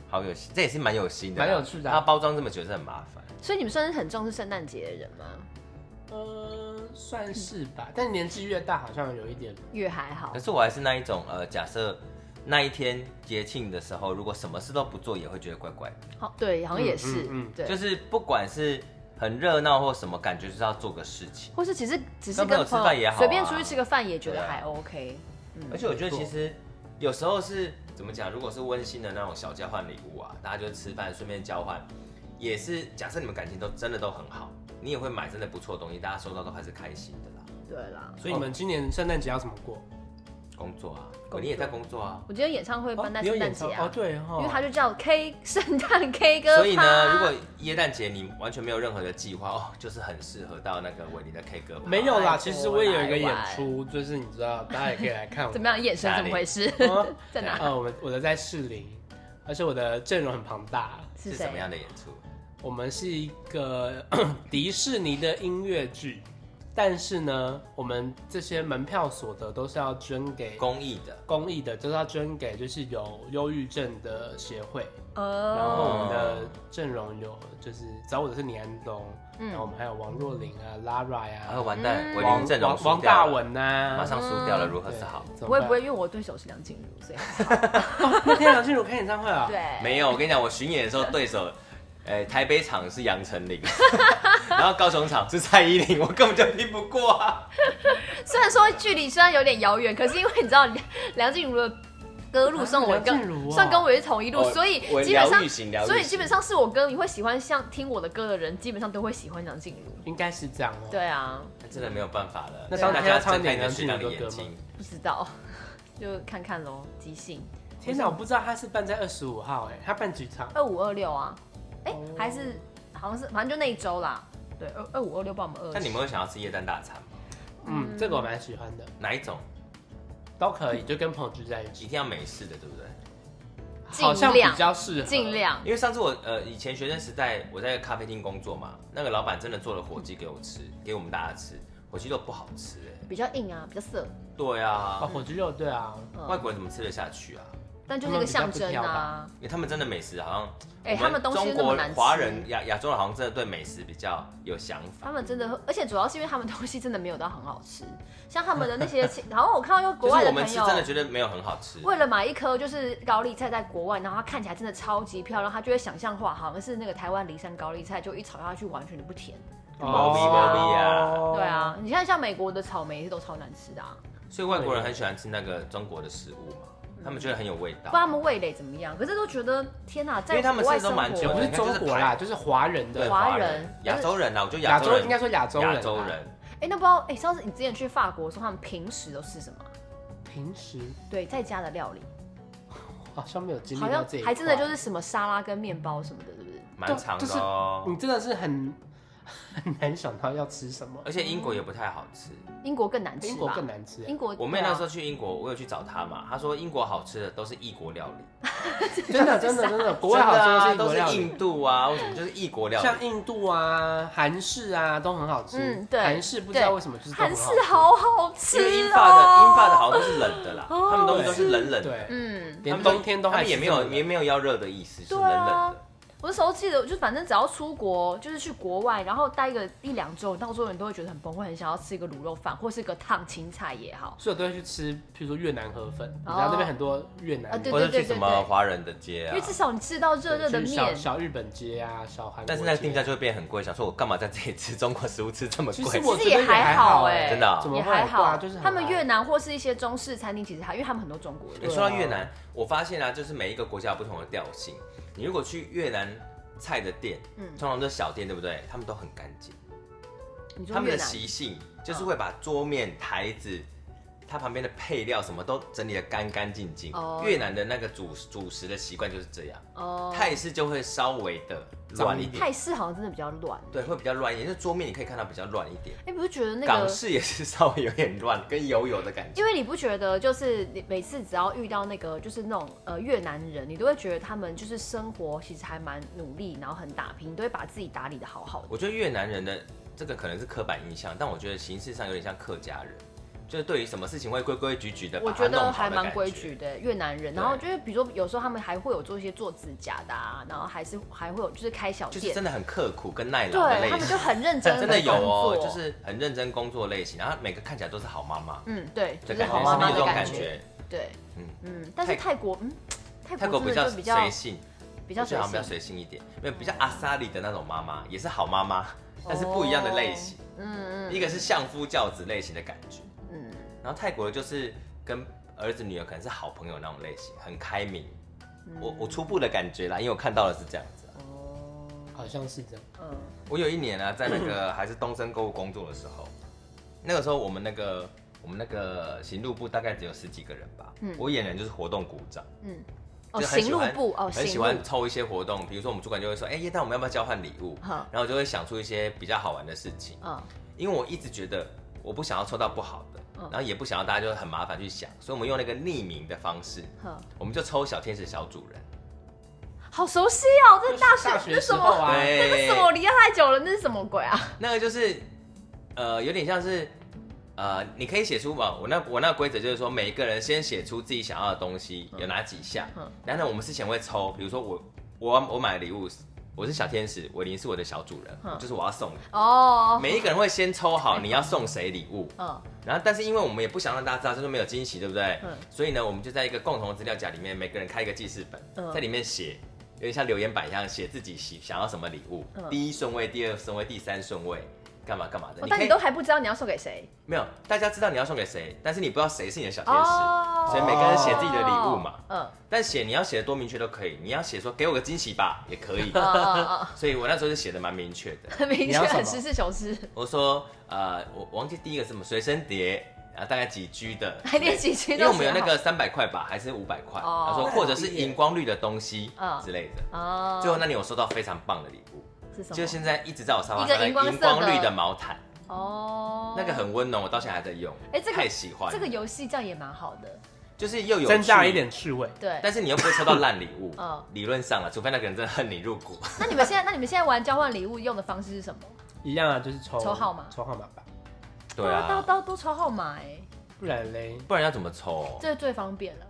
好有心，这也是蛮有心的啦，
蛮有趣的啊
它包装这么久是很麻烦。
所以你们算是很重视圣诞节的人吗？
嗯，算是吧，但年纪越大，好像有一点
越还好
可，是我还是那一种，呃，假设那一天节庆的时候，如果什么事都不做，也会觉得怪怪的。
好对，好像也是，
嗯嗯嗯
对，
就是不管是很热闹或什么，感觉就是要做个事情。
或是其实只是
跟朋友
跟
吃
朋
饭也好
友
啊
随便出去吃个饭也觉得
对啊
还 OK，
而且我觉得
嗯
其
没错
实有时候是怎么讲，如果是温馨的那种小交换礼物啊，大家就吃饭顺便交换，也是假设你们感情都真的都很好，你也会买真的不错的东西，大家收到都还是开心的啦。
对啦。
所以你
哦
们今年圣诞节要怎么过？
工作啊，
工作
你也在工作啊。
我今天演唱会办在
你有
圣诞
演
节
唱哦
啊，，
对哈，
因为它就叫 K 圣诞 K 歌趴
所以呢，如果耶诞节你完全没有任何的计划哦，就是很适合到那个维尼的 K 歌吧。
没有啦。
拜托
其实我也有一个演出，就是你知道，大家也可以 来看我。
怎么样眼神
哪里
怎么回事？
嗯？
在
啊
哪？
呃，我们我的在士林，而且我的阵容很庞大。
是
是什么
谁
样？的演出？
我们是一个迪士尼的音乐剧，但是呢，我们这些门票所得都是要捐给
公益的，
公益的，都是要捐给就是有忧郁症的协会。然
呃，
后我们的阵容有就是找我的是李安东，然后我们还有王若琳啊、Lara 呀、
然后完
嗯
蛋，我已
王
经阵容
王
输
王
掉
大
了，
文呐、
马上输掉了，如何
对
是好？？
怎么
不会
办
不会，？因为我对手是梁静茹，所以
那天梁静茹开演唱会啊？，
对，
啊没有，我跟你讲，我巡演的时候对手，哎，台北场是杨丞琳， 然后高雄场是蔡依林，我根本就拼不过啊。
虽然说距离虽然有点遥远，可是因为你知道梁梁静茹的歌路算我
啊梁静茹
跟、
哦
算跟我也是同一路，
哦
所以
我
基本
疗
上
愈型疗愈
所以
型
基本上是我歌迷会喜欢像听我的歌的人，基本上都会喜欢梁静茹。
应该是这样哦、，
对啊，
真的没有办法了，
那
请
当
大
天
家
要唱
睁开
点
你的
梁
雪
静
亮的
茹的
眼
歌
睛
吗。
不知道， 就看看喽，即兴
天哪，我不知道他是办在二十五号、哎，他办几场？
二五二六啊，哎、
哦
还是好像是反正就那一周啦。对，二二五二六帮我们二。
那你们会想要吃夜蛋大餐吗？
嗯，这个我蛮喜欢的，
哪一种？
都可以，就跟朋友聚在一起，
一定要美式的，对不对？
尽
好像比
量
较适合。
尽量
因为上次我呃以前学生时代我在咖啡厅工作嘛，那个老板真的做了火鸡给我吃，给我们大家吃，火鸡肉不好吃哎、
比较硬啊，比较涩，
对
哦，
啊，
火鸡肉对啊，
嗯
外国人怎么吃得下去啊？
但就是一个象征
他们比较不挑
啊
吧。
因为他们真的美食好像，
哎
我
他们东西那
中
么
国
难吃
华人亚亚洲人好像真的对美食比较有想法。
他们真的，而且主要是因为他们东西真的没有到很好吃，像他们的那 些亲，然后我看到有
就
国外
是
的
我们
朋
吃
友
真，的觉得没有很好吃，
为了买一颗就是高丽菜在国外，然后它看起来真的超级漂亮，他就会想象化好像是那个台湾梨山高丽菜，就一炒下去完全就不甜。
猫咪猫咪啊
哦
对，啊，你看像美国的草莓都超难吃的、啊，
所以外国人很喜欢吃那个中国的食物嘛，他们觉得很有
嗯
味
不
啊
道
知道。他们味蕾怎么样，可是都觉得天哪、
因
在
为他们
国外
吃的
生
都
活
蛮
也
久
不
的
是中国啦，就是华人
对，
的
华
华
人
亚洲人啊，我觉得
亚
亚
洲，
人
应该说亚洲人啊，
亚洲人
哎、那不知道哎、上次你之前去法国的时候，他们平时都吃什么啊？
平时
对，在家的料理，
好像没有经历
好
到
像
这一块，
还真的就是什么沙拉跟面包什么的，是不是？
蛮长的哦，
你真的是很 很难想到要吃什么
而，且英国也不太好吃。
英国更难吃吧？
英国更难吃，欸
英国
我妹那时候
对啊
去英国，我有去找她嘛，她说英国好吃的都是异国料理，
真的真的真的，国外好吃
真的
都
啊
是英国料
都是
理
印。度啊，为什么就是异国料
像
理？
印度啊、韩式啊都很好吃，
嗯对
韩式不知道为什么就是都
韩
很
式
好吃，
好好吃哦，
因为英法的英法的好像都是冷的啦，
哦
他们东西都是冷冷的，
对，
嗯，
他
连
们
冬天都
他
还
们也没有也没有要热的意思，是
对
冷冷
啊
的。。
我那时候记得，就反正只要出国，就是去国外，然后待个一两周，到时候你都会觉得很崩溃，很想要吃一个卤肉饭或是一个烫青菜也好。
所以我都会去吃，譬如说越南河粉，你知
哦
道那边很多越南
啊
人，
对
或者去
对
什么华人的街
因
啊
为，至少你吃到热热的
去小
面，
小日本街啊、小韩国街，
但是那个定价就会变很贵，想说我干嘛在这里吃中国食物吃这么
其实
贵？
我
其实也
觉得
还
还
好哎
哎，
真的啊
怎么
也
会
还
对
好。
啊就是很
他们
好
越南或是一些中式餐厅，其实还因为他们很多中国
你
人，
说到
对啊
越南，我发现啊，就是每一个国家有不同的调性。你如果去越南菜的店，
嗯
嗯，通常都是小店，对不对？他们都很干净，
你说
他们
越
的
南嗯
习性就是会把桌面、台子、它旁边的配料什么都整理的干干净净
哦。
越南的那个主主食的习惯就是这样，
哦，
泰式就会稍微的乱一点，
泰式好像真的比较乱。
对，会比较乱一点，就是桌面你可以看到比较乱一点。
哎，不是觉得那
港
个
式也是 稍微有点乱，跟油油的感觉。
因为你不觉得，就是你每次只要遇到那个就是那种呃越南人，你都会觉得他们就是生活其实还蛮努力，然后很打拼，都会把自己打理的好好的。
我觉得越南人的这个可能是刻板印象，但我觉得形式上有点像客家人，就是对于什么事情会规规矩矩的，
我觉得还蛮规矩。的越南人，
对
然后就是比如说有时候他们还会有做一些做指甲的、啊，然后还是还会有就是开小
就是
店，
真的很刻苦跟耐劳的
对
类
他们就
型，
很认真，
真的有哦，就是很认真工作类型，然后每个看起来都是好妈妈，
嗯对，就
对，
是
感
好
觉
妈
是
妈
那
的
种
感
感
觉，
觉。
对，嗯
嗯
嗯，但是泰国嗯
泰
泰
国
国
比
真
较
的就比较
随性，
比较
我觉
随
得好像比较
性，
随性一点，没有比较阿萨里的那种妈妈，也是好妈妈，但是不一样的类型。
哦嗯嗯
一个是相夫教子类型的感觉，
嗯，
然后泰国就是跟儿子女儿可能是好朋友那种类型，很开明。
嗯
我我初步的感觉啦，因为我看到的是这样子啊、
哦
好像是这样，
嗯
我有一年啊，在那个 还是东森购物工作的时候，那个时候我们那个我们那个行路部大概只有十几个人吧，
嗯
我演人就是活动股长。
嗯哦
就很
行
喜
路
欢
部哦
很喜
行路
欢抽一些活动，比如说我们主管就会说，哎、耶诞我们要不要交换礼物？
好
然后我就会想出一些比较好玩的事情。
嗯。
因为我一直觉得我不想要抽到不好的，
嗯
然后也不想要大家就是很麻烦去想，所以我们用那个匿名的方式，
呵
我们就抽小天使小主人。
好熟悉哦，这是大学
大
这
学
是
时
什
候
么？
啊，
哎
这是什么？我离他太久了，那是什么鬼啊？
那个就是。呃，有点像是，呃，你可以写出吧。我那我那规则就是说，每一个人先写出自己想要的东西有哪几项
嗯，
然后呢，我们事前会抽，比如说我我我买礼物，我是小天使，伟林是我的小主人，
嗯
就是我要送你。
哦，
每一个人会先抽好你要送谁礼物，
嗯
然后但是因为我们也不想让大家知道，就是没有惊喜，对不对？
嗯
所以呢，我们就在一个共同的资料夹里面，每个人开一个记事本，
嗯
在里面写，有点像留言板一样，写自己喜想要什么礼物，
嗯
第一顺位、第二顺位、第三顺位，干嘛干嘛的。
哦
你
但
可
你
以
都还不知道你要送给谁
没有，大家知道你要送给谁，但是你不知道谁是你的小天使，
哦，
所以每个人写自己的礼物嘛。
嗯，
但写你要写的多明确都可以，你要写说给我个惊喜吧也可 以。
嗯嗯嗯，
所以我那时候就写的蛮明确的。
很明
你
确，
要什
很
么
实事求是，
我说，呃，我我忘记第一个是什么随身碟，啊，大概几 G 的，
还连几 G 都
因为我们有
写好
那个三百块吧，还是五百块，
哦
他说或 者是荧光绿的东西
嗯
之类的。
哦，
最后那年我收到非常棒的礼物，
是什么？
就现在一直在我沙发
一个
上的
荧光色
荧光绿
的
的毛毯，
哦，
那个很温暖，我到现在还在用，
哎这个
太喜欢了，
这个游戏这样也蛮好的，
就是又有
增加
趣
一点，趣味。
对。，
但是你又不会收到烂礼物
嗯
理论上啊，除非那个人真的恨你入 骨，
那你们现在，那你们现在玩交换礼物用的方式是什么？
一样啊，就是抽
抽号码
抽号码吧，
对
都
啊，
都都抽号码哎，
不然嘞，
不然要怎么抽？
这最方便了。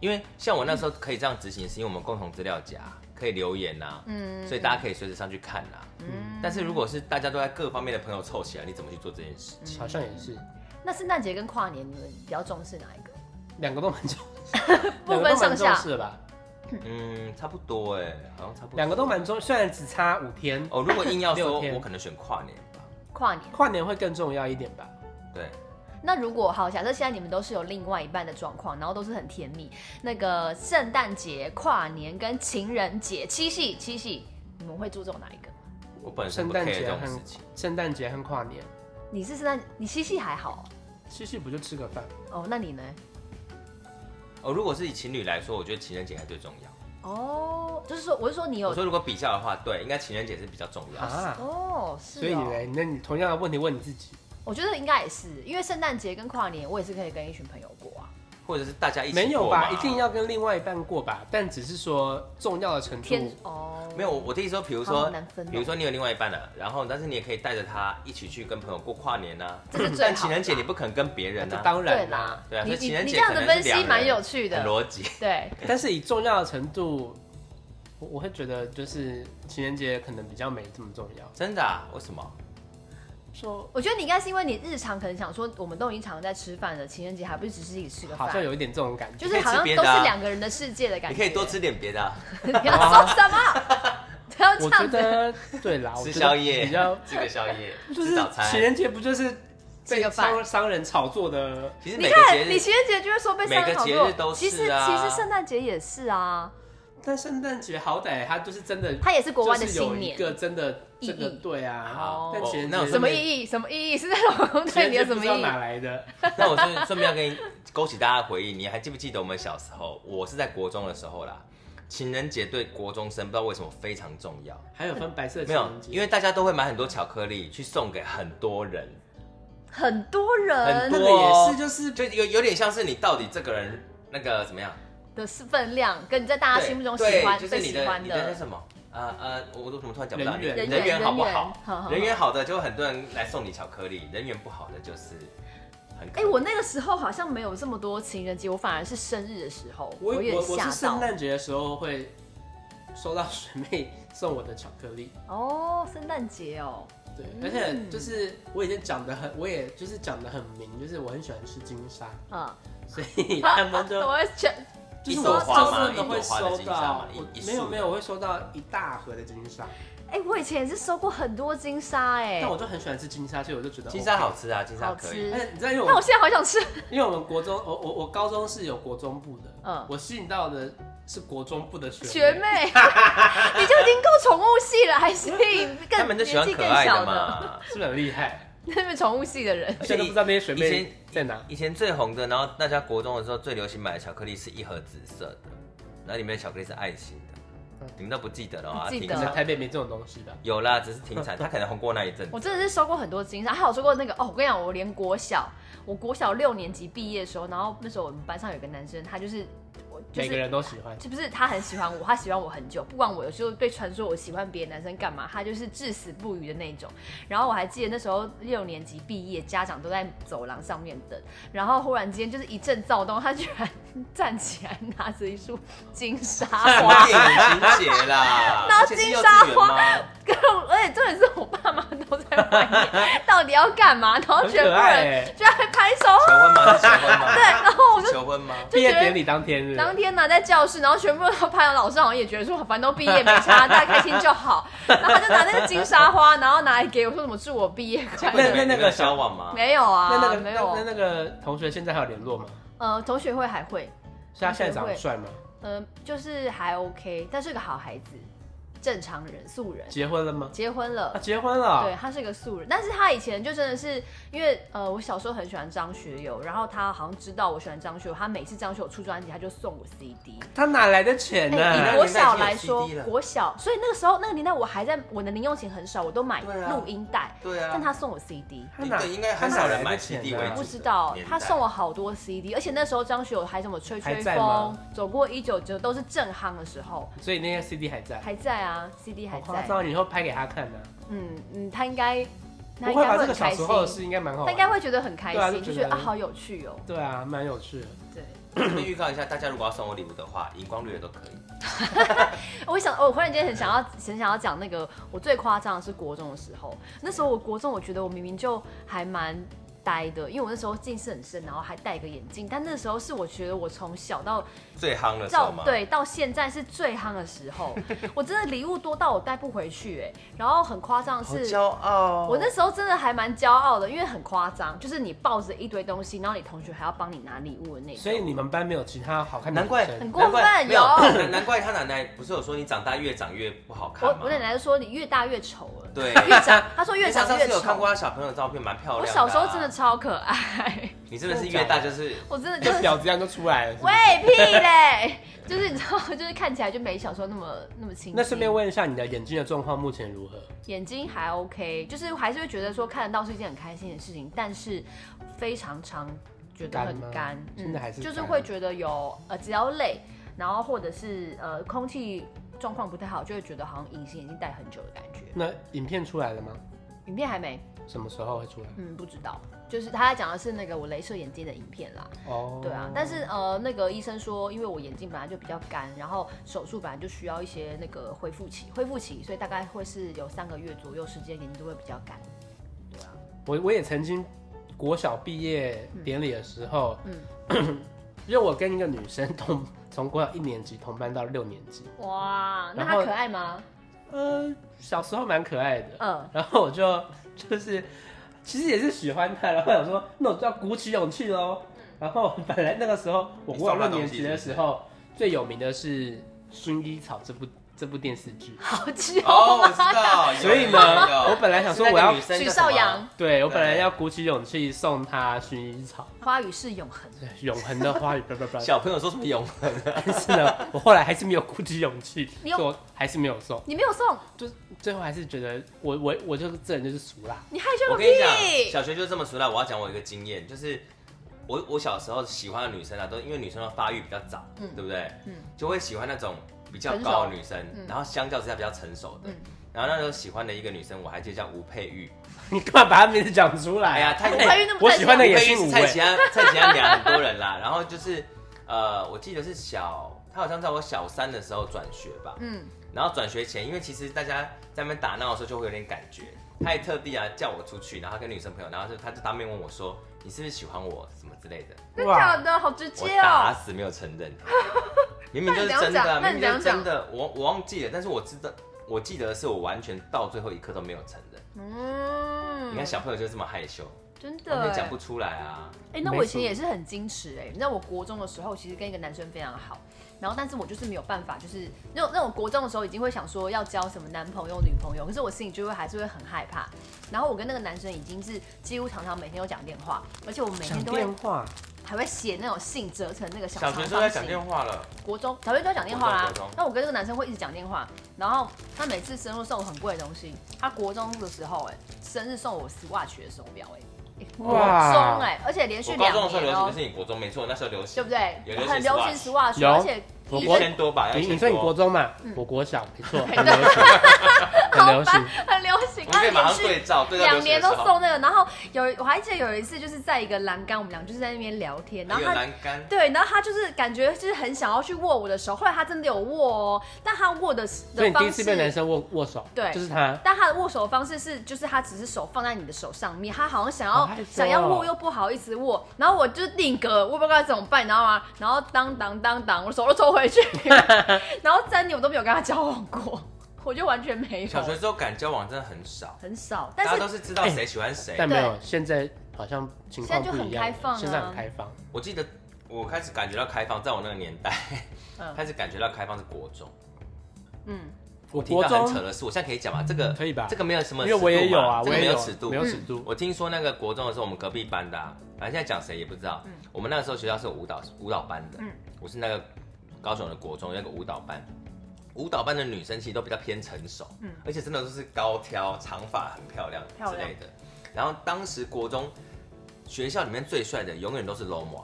因为像我那时候可以这样执行，是因为我们共同资料夹可以留言啊呐、
嗯，
所以大家可以随时上去看啦、
嗯
但是如果是大家都在各方面的朋友凑起来，你怎么去做这件事？
嗯
好像也是
那圣诞节跟跨年，你们比较重视哪一个？
两个都蛮 重，
不分上下
是吧？
嗯，差不多哎，好像差不多。
两个都蛮重，虽然只差五天，
哦。如果硬要
六
说，
天
我可能选跨年吧。
跨年。
跨年会更重要一点吧。
对，
那如果好，假设现在你们都是有另外一半的状况，然后都是很甜蜜，那个圣诞节、跨年跟情人节、七夕、七夕，你们会注重哪一个？
我本身
圣
不
诞
care 这
节啊
种
和
事情。
圣诞节和跨年，
你是圣诞，你七夕还好
七夕不就吃个饭？
哦，那你呢？
哦，如果是以情侣来说，我觉得情人节还最重要。
哦，就是说，我是说你有
我说如果比较的话，对，应该情人节是比较重要。
啊，
哦，是哦。
所以你嘞，那你同样的问题问你自己，
我觉得应该也是，因为圣诞节跟跨年，我也是可以跟一群朋友过啊，
或者是大家一起
没有
过
吧？
嘛
一定要跟另外一半过吧？但只是说重要的程
天
度，
哦，
没有，我我的意思说，比如
好
说
难分哦，
比如说你有另外一半了，然后但是你也可以带着他一起去跟朋友过跨年呐、
这是最好的啊
但情人节你不肯跟别人
这
啊，
当
对
然
啦
啦。，
对啊，
你
所以情
你
人
你
节
这样的
可能
分
是
析
两人
蛮有趣的
很，逻辑。
对，
但是以重要的程度，我我会觉得就是情人节可能比较没这么重要。
真的、啊？为什么？
说
我觉得你应该是因为你日常可能想说，我们都已经常在吃饭了，情人节还不是只是一起吃个
好像
饭，
有一点这种感觉，
就是好像
你可以吃别
都
的啊
是两个人的世界的感
你
觉。
可以多吃，点别的、啊，
你要说什么？ 不要这
我
样
觉
子，
得对啦，我
吃
觉得
宵夜
比较，
吃个宵 夜，
就是
吃早餐。
情人节不就是
吃
被
个饭
商商人炒作的？
其实
你
每个节
看你
日，
情人节就会说被上
每
人
个
炒
节
作
日都，
其实
是啊
其实圣诞节也是啊，
但圣诞节好歹它就是真的，
它也是国外的
就是有
新
一
年，
个真的
意义
真的对
好
啊。但情人
那我
节
什么意义？什么意义？是那种 对你有什么
情人节不知道
意义？
哪来的？
那我顺 顺便要跟你勾起大家的回忆，你还记不记得我们小时候？我是在国中的时候啦，情人节对国中生不知道为什么非常重要。
还有分白色
没
情
有
人，节，
因为大家都会买很多巧克力去送给很多人，
很多
很
人
多
那个也
哦
是就是
就有有点像是你到底这个人那个怎么样？
的分量，跟你在大家
对
心目中喜
对
欢、
就是
最
你
喜欢
你的那什么？呃呃，我我怎么突然讲不到
人缘
你
人缘
缘好不
人缘
好
好好？
人缘好的就很多人来送你巧克力，人缘不好的就是很可
哎、
怜
我那个时候好像没有这么多情人节，我反而是生日的时候，
我
有
我
点
我
吓
是圣
到。
诞节的时候会收到学妹送我的巧克力，
哦，圣诞节哦，
对，而且就是我已经讲的很，我也就是讲的很明，就是我很喜欢吃金沙，
嗯，啊
所 以他们就
我会全
就是
一朵
我
花
真
吗
的会
一朵花的
收
金沙
到
吗，
我
一一束
没有
的
没有，我会收到一大盒的金沙，
哎、我以前也是收过很多金沙哎、
但我就很喜欢吃金沙，所以我就觉得
金沙
OK
好。吃啊，金沙
好
可以。
吃
而。且你知道，因为我
那我
们
现在好想吃，
因为我们国中，我我我高中是有国中部的，
嗯
嗯，我吸引到的是国中部的学
学妹，你就已经够宠物系了，还吸引更
他们就喜欢
年纪
可
更
爱
小
的
的，
嘛。
是不是很厉害？
那边宠物系的人，
现在都不知道那些学
以
妹
前
在哪。
以前最红的，然后大家国中的时候最流行买的巧克力是一盒紫色的，然后里面的巧克力是爱心的
嗯，
你们都不记得了啊？
不记
停
得
可
产
能台北没这种东西吧？
有啦，只是停 产，他可能红过那一阵子
我。真的是收过很多金沙，还有收过那个哦，我跟你讲，我连国小，我国小六年级毕业的时候，然后那时候我们班上有个男生，他就是我就是
每个人都喜欢。
是不是他很喜欢我，他喜欢我很久，不管我有时候被传说我喜欢别的男生干嘛，他就是至死不渝的那种。然后我还记得那时候六年级毕业，家长都在走廊上面等，然后忽然间就是一阵躁动，他居然站起来拿着一束金沙
什
花
么，电影情节啦？
那
而且是幼
金
稚
沙
园
花
吗
跟我而且重点是我爸妈都在外面， 到底要干嘛？然后
很
全部
可爱
人
欸
居然还拍手，
求婚吗？是求婚吗？
对，然后我就是
求婚吗？
就觉
毕业
得
典礼当天是不是
当天呢、在教室，然后全部都拍了，老师好像也觉得说，反正都毕业没差，大家开心就 好。然后他就拿那个金沙花，然后拿来给我说什么祝我毕业 快
你们
乐。
那那那
你们有
个
交往吗？
没有啊，
那那个
没有
那。那那个同学现在还有联络吗？
呃，同学会还会，
所以他现在长
同学
得
会
帅吗？
呃，就是还 OK，但是个好孩子，正常人，素人，
结婚了吗？
结婚了
啊，。结婚了。
对，他是个素人，但是他以前就真的是因为呃，我小时候很喜欢张学友，然后他好像知道我喜欢张学友，他每次张学友出专辑，他就送我 CD。
他哪来的钱呢、
哎，以
你
国小来
那
说
个年代已经有 CD 了，
国小，所以那个时候那个年代我还在我的零用钱很少，我都买
对啊
录音带，
对啊
但他送我 CD。
他哪
对应该很少人买
他哪来的
CD
钱
为
我
啊
主
不知道
年，代
他送我好多 CD，而且那时候张学友还什么吹
还
吹
在吗
风，走过一九九都是正夯的时候，
所以那个 CD 还在，
还在啊，CD
好
还
夸
在。
张！你以后拍给他看呢、
嗯嗯，他应该，他
不
应
会
该
吧？
会
这个
很
小
开
时候的
心，
事应该蛮好
他
玩
应该会觉得很开
对啊
心，
就
就
觉
觉
得
得啊好有趣哦。
对啊，蛮有趣的。
对，
这边预告一下，大家如果要送我礼物的话，荧光绿的都可以。
我想，哦我忽然间很想要，很想要讲那个，我最夸张的是国中的时候。那时候我国中，我觉得我明明就还蛮呆的，因为我那时候近视很深，然后还戴个眼镜。但那时候是我觉得我从小到
最夯的时候
到
吗？，
对到现在是最夯的时 候，我真的礼物多到我带不回去哎、然后很夸张的
好
是，
骄傲。哦
我那时候真的还蛮骄傲的，因为很夸张，就是你抱着一堆东西，然后你同学还要帮你拿礼物的那种。
所以你们班没有其他好看的
难怪
女生
很过分
难怪没有
有
难 难怪他奶奶不是有说你长大越长越不好看
我
吗？
我奶奶就说你越大越丑 了，
对，
越长，她说越
你
长
上次
越
有看
丑
过。他小朋友的照片，蛮漂亮
我
的啊。
小时候真的超可爱，
你真的是越 大就是
我真的就
跟
是
婊子一样就出来了是 不
喂
是。
屁嘞，就是你知道，就是看起来就没小时候那么那么清晰。
那顺便问一下，你的眼睛的状况目前如何？
眼睛还 OK，就是还是会觉得说看得到是一件很开心的事情，但是非常常觉得很
干吗
干，嗯
真的还是
就是
干
会觉得有呃，只要累，然后或者是呃空气状况不太好，就会觉得好像隐形眼镜戴很久的感觉。
那影片出来了吗？
影片还没，
什么时候会出来？
嗯，不知道，就是他在讲的是那个我镭射眼睛的影片啦。
哦，
对啊，但是呃，那个医生说，因为我眼睛本来就比较干，然后手术本来就需要一些那个恢复期，恢复期，所以大概会是有三个月左右时间，眼睛都会比较干。对啊，
我我也曾经国小毕业典礼的时候，
嗯
因为我跟一个女生同从国小一年级同班到六年级，
哇，那
然
他
后
可爱吗？
呃，小时候蛮可爱的，
嗯，
然后我就就是其实也是喜欢她，然后想说那我就要鼓起勇气喽。
嗯
然后本来那个时候我国小六年级的时候，最有名的是《薰衣草》这部这部电视剧，
好久
哦，我
吗
知道。有
所以呢，
有有
我本来想说我要
是那个女生叫
许
什么
绍洋，
对我本来要鼓起勇气送她薰衣草，
花语是永恒。
对永恒的 花语，不不不，
小朋友说什么永恒啊？
但是呢，我后来还是没有鼓起勇气，
你有
所以我还是没有送，
你没有送，
就最后还是觉得我我我就是这人就是俗啦，
你害 羞
我
个
跟你讲，
屁！
小学就这么熟了。我要讲我一个经验，就是我我小时候喜欢的女生啊，都因为女生的发育比较早，对不对？
嗯
就会喜欢那种比较高的女生，
嗯
然后相较之下比较成熟的。
嗯
然后那时候喜欢的一个女生，我还记得叫吴佩玉。
你干嘛把他名字讲出来
哎呀，
啊？
她
吴佩玉那么
我喜欢的
吴
也
佩玉
姓
是
吴
蔡
哎
奇，安，蔡奇安俩很多人啦。然后就是呃，我记得是小，她好像在我小三的时候转学吧。
嗯，
然后转学前，因为其实大家在那边打闹的时候就会有点感觉，他也特地啊叫我出去，然后跟女生朋友，然后就他就当面问我说：“你是不是喜欢我什么之类的
真的假的，好直？”
我
接
打
哦。
死没有承认，明明就是
那你怎
真的
样
啊，
讲那
明
你怎
明就
样
是真的，我我忘记了，但是我知道，我记得是我完全到最后一刻都没有承认。
嗯，
你看小朋友就这么害羞，
真的
完全
哎
讲不出来啊。
哎、那
没
我以前
错
也是很矜持哎、你知道我国中的时候，其实跟一个男生非常好，然后但是我就是没有办法，就是那种那种国中的时候已经会想说要交什么男朋友、女朋友，可是我心里就会还是会很害怕。然后我跟那个男生已经是几乎常常每天都讲电话，而且我每
讲
天都
电
会
话，
还会写那种信折成那个小
小
长
学
方
就在
形。
讲电话了，
国中小学都要讲电话啦
国中国中。
那我跟这个男生会一直讲电话，然后他每欸次生日送我很贵的东西。他国中的时候、哎，生日送我 Swatch 的手表、哎、哎国中哎，而且连续
我高
两
中的时候流
年
行
哦
的是，你国中，没错，那时候流
对
行
不，对
有流？行
很流
swatch
行 swatch，
有
而且
我
一
国
千多
哎
吧，要一
你
千
你
啊
说你国
多。
中嘛，
嗯
我国小，没错，很流行， 很
好
流
吧
行。，
很流行，
我们可以马
连
上
续
对照，对照
两年都
流行的时候
送那个，然后有我还记得有一次就是在一个栏杆，我们俩就是在那边聊天，然后
有
他
栏杆，
对，然后他就是感觉就是很想要去握我的手，后来他真的有握哦，但他握的
所以
的
你第一
方
次被男
式。
生握握手，
对
就是他。
但他的握手方式是，就是他只是手放在你的手上面，他好像想
好
要
害羞哦
想要握又不好意思握，然后我就定格，我也不知道该怎么办，你知道吗？然后当当当当，我手都抽回 去，然后三年我都没有跟他交往过，我就完全没
小学
有，
之后敢交往真的很少，
很少。但
大家
是
都是知道谁喜欢谁。
哎但没有，现在好像
现
情况
在就
不
很
一样了，
开放啊
现在很开放。
我记得我开始感觉到开放，在我那个年代，
嗯
开始感觉到开放是国中。
嗯，
我
听
国
到很扯
中，
的事，我现在可以讲吗？这个
可以吧
这个没有什么
因
尺
为
度嘛，
我也有啊，
这
我
个
也
没有尺度，
没有尺度。
我听说那个国中的时候，我们隔壁班的、啊，反正现在讲谁也不知道。我们那个时候学校是有舞蹈舞蹈班的，
嗯
我是那个高雄的国中那个舞蹈班，舞蹈班的女生其实都比较偏成熟，
嗯
而且真的都是高挑、长发、很漂亮
漂
之
亮
类的。然后当时国中学校里面最帅的永远都是 Lomo，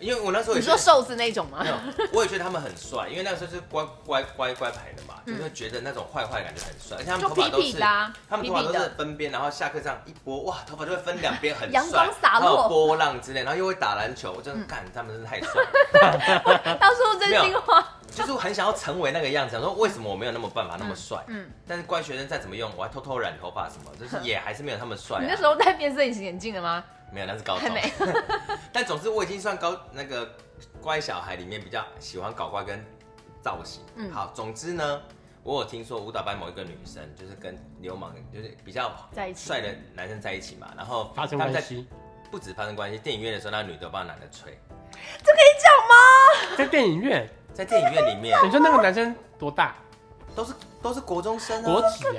因为我那时候也
你
是
说瘦子那种吗
没？有，我也觉得他们很帅，因为那个时候是乖乖乖乖牌的嘛，就是会觉得那种坏坏的感觉很帅，而且他们
嗯就
头发
痞
都
痞
是，
的啊，
他们
痞
头发都
痞
是
的，
分边，然后下课这样一拨，哇，头发就会分两边，很
阳光
帅
洒落嗯
还有波浪之类，然后又会打篮球，我真的干，他们真的太帅 了，
到处真心话。
就是我很想要成为那个样子，想说为什么我没有那么办法那么帅？
嗯，
但是乖学生再怎么用，我还偷偷染头发什么，就是也还是没有他们帅、啊。
你那时候戴变色隐形眼镜了吗？
没有，那是高
还
中。
没。
但总之我已经算高那个乖小孩里面比较喜欢搞怪跟造型。
嗯
好，总之呢，我有听说舞蹈班某一个女生就是跟流氓，就是比较
在一起
帅的男生在一起嘛，然后
发生
他们在
关系，
不止发生关系，电影院的时候那个女的帮男的吹，
在电影院，
在电影院里面
你说那个男生多大？
都是都是国中
嗯
生啊，
国几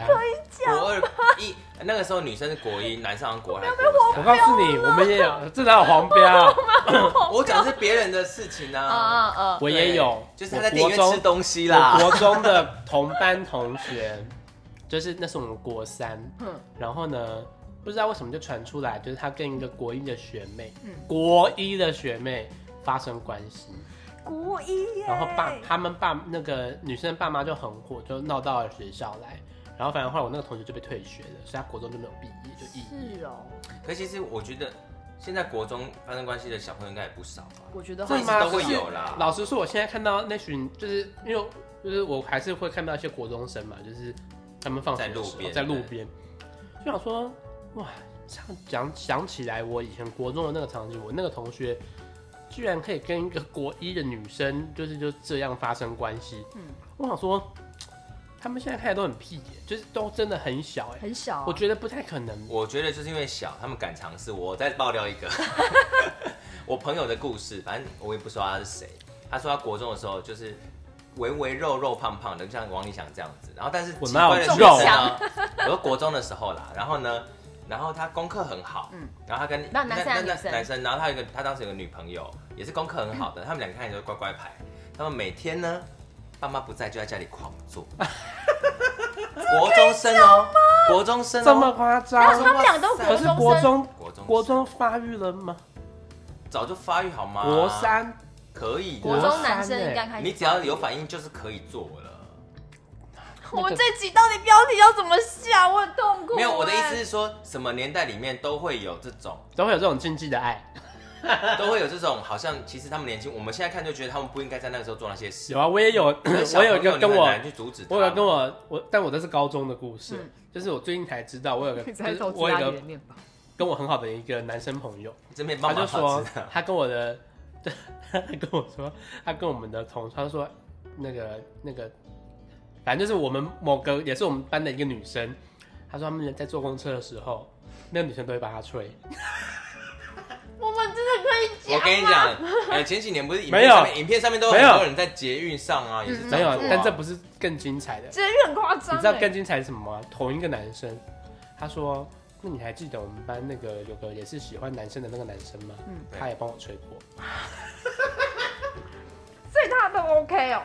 啊？
国二一那个时候女生是国一，男生好像国二还是
啊
我
国三。
告诉你，我们也有，这哪有黄标？
我讲的是别人的事情
嗯
啊，
嗯嗯，
我也有，
就是他在
我
电影院
国中
吃东西
我
啦。
国中的同班同学，就是那是我们国三，
嗯
然后呢，不知道为什么就传出来，就是他跟一个国一的学妹，
嗯
国一的学妹发生关系，
国一耶。
然后爸他们爸那个女生爸妈就很火，就闹到了学校来，然后反正后来我那个同学就被退学了，所以他国中就没有毕业，就肄业。
是哦，
可其实我觉得现在国中发生关系的小朋友应该也不少吧。
我觉得
这
好
一
真
直
的吗
都会有啦。
老实说，我现在看到那群，就是因为就是我还是会看到一些国中生嘛，就是他们放学的
在路
时候
边
在路边，就想说，哇，想想想起来我以前国中的那个场景，我那个同学居然可以跟一个国一的女生，就是就这样发生关系，嗯
嗯，
我想说，他们现在看起来都很屁耶、就是都真的很小哎、
很小啊，
我觉得不太可能。
我觉得就是因为小，他们敢尝试。我再爆料一 个，我朋友的故事，反正我也不说他是谁。他说他国中的时候就是微微肉肉胖胖的，就像王立强这样子。然后但是
我
奇
哪有啊
怪的是
这么
呢，我说国中的时候啦，然后呢，然后他功课很好，嗯
嗯，
然后他跟
那男生还是女生嗯
男生，然后他有一个他当时有个女朋友，也是功课很好的，他们两个看起来都乖乖牌。他们每天呢，爸妈不在就在家里狂 做。国中生哦、国中生、哦
这么夸
然后
张？
他们俩都国
可
中
是
生，啊
国中
国中
国中发育了吗？
早就发育好吗？
国三
可以，啊
国
国
中
三
男生
欸
应该开始。
你只要有反应就是可以做了。
我们这集到底标题要怎么下？我很痛苦。
没有，我的意思
哎，
是说，什么年代里面都会有这 种，
都会有这种禁忌的爱。
都会有这种，好像其实他们年轻，我们现在看就觉得他们不应该在那个时候做那些事。
有啊，我也有，
可是嗯 小
我有一个
朋友
跟
你很
我，
难去阻止他
我
们，
有跟我我，但我这是高中的故事，
嗯
就是我最近才知道，我有 个，
你
就
在
是
投资
我有
拉
一
你
个
的面包。
跟我很好的一个男生朋友，
这边
他
帮
就
忙
说
知道
他跟我的，他跟我说，他跟我们的同，他说那个那个，反正就是我们某个也是我们班的一个女生，他说他们在坐公车的时候，那个女生都会帮他吹，
嗯我们真的可以讲吗
我跟你讲，呃，前几年不是影
没
片
有
上面，影片上面都有很
没有
多人在捷运上啊，也是
嗯
这
没有
样做啊，
但这不是更精彩的，
真的很夸张欸。
你知道更精彩是什么吗？同一个男生，他说：“那你还记得我们班那个有个也是喜欢男生的那个男生吗？
嗯
他也帮我吹过。
所以他都 OK 哦。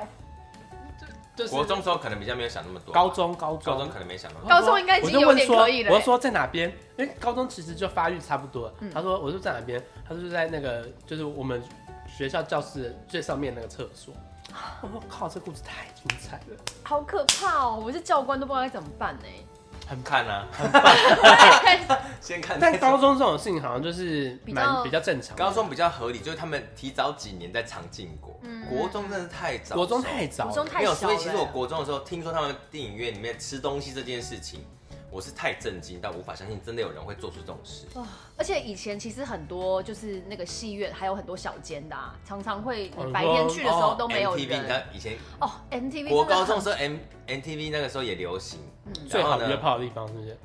就就是
国中时候可能比较没有想那么多，啊
高中高中
高中可能没想那么多。
高中应该已
我
经
就
有
问
点
说，
可以了、
我就
欸。嗯
说在哪边？因为高中其实就发育差不多了。他说，我说在哪边？他说就在那个，就是我们学校教室最上面那个厕所。我说靠，这故事太精彩 了，
好可怕哦！我是教官都不知道该怎么办欸呢、
很 看啊，先看那种。
但高中这种事情好像就是
比
蛮
较
比较正常的。
高中比较合理，就是他们提早几年在尝禁果。国中真的是太早熟，
国中太早
国中嗯
了，
太
没有，
小
所
了。欸
以其实我国中的时候听说他们电影院里面吃东西这件事情，我是太震惊到无法相信，真的有人会做出这种事。
而且以前其实很多就是那个戏院还有很多小间的、啊，常常会
哦
你白天去的时候都没有
MTV，你知道
人。
以前
哦，MTV
国
真的
高
很
中的时候 M MTV 那个时候也流行，
嗯
最
然后
好
呢
约炮的地方是不是？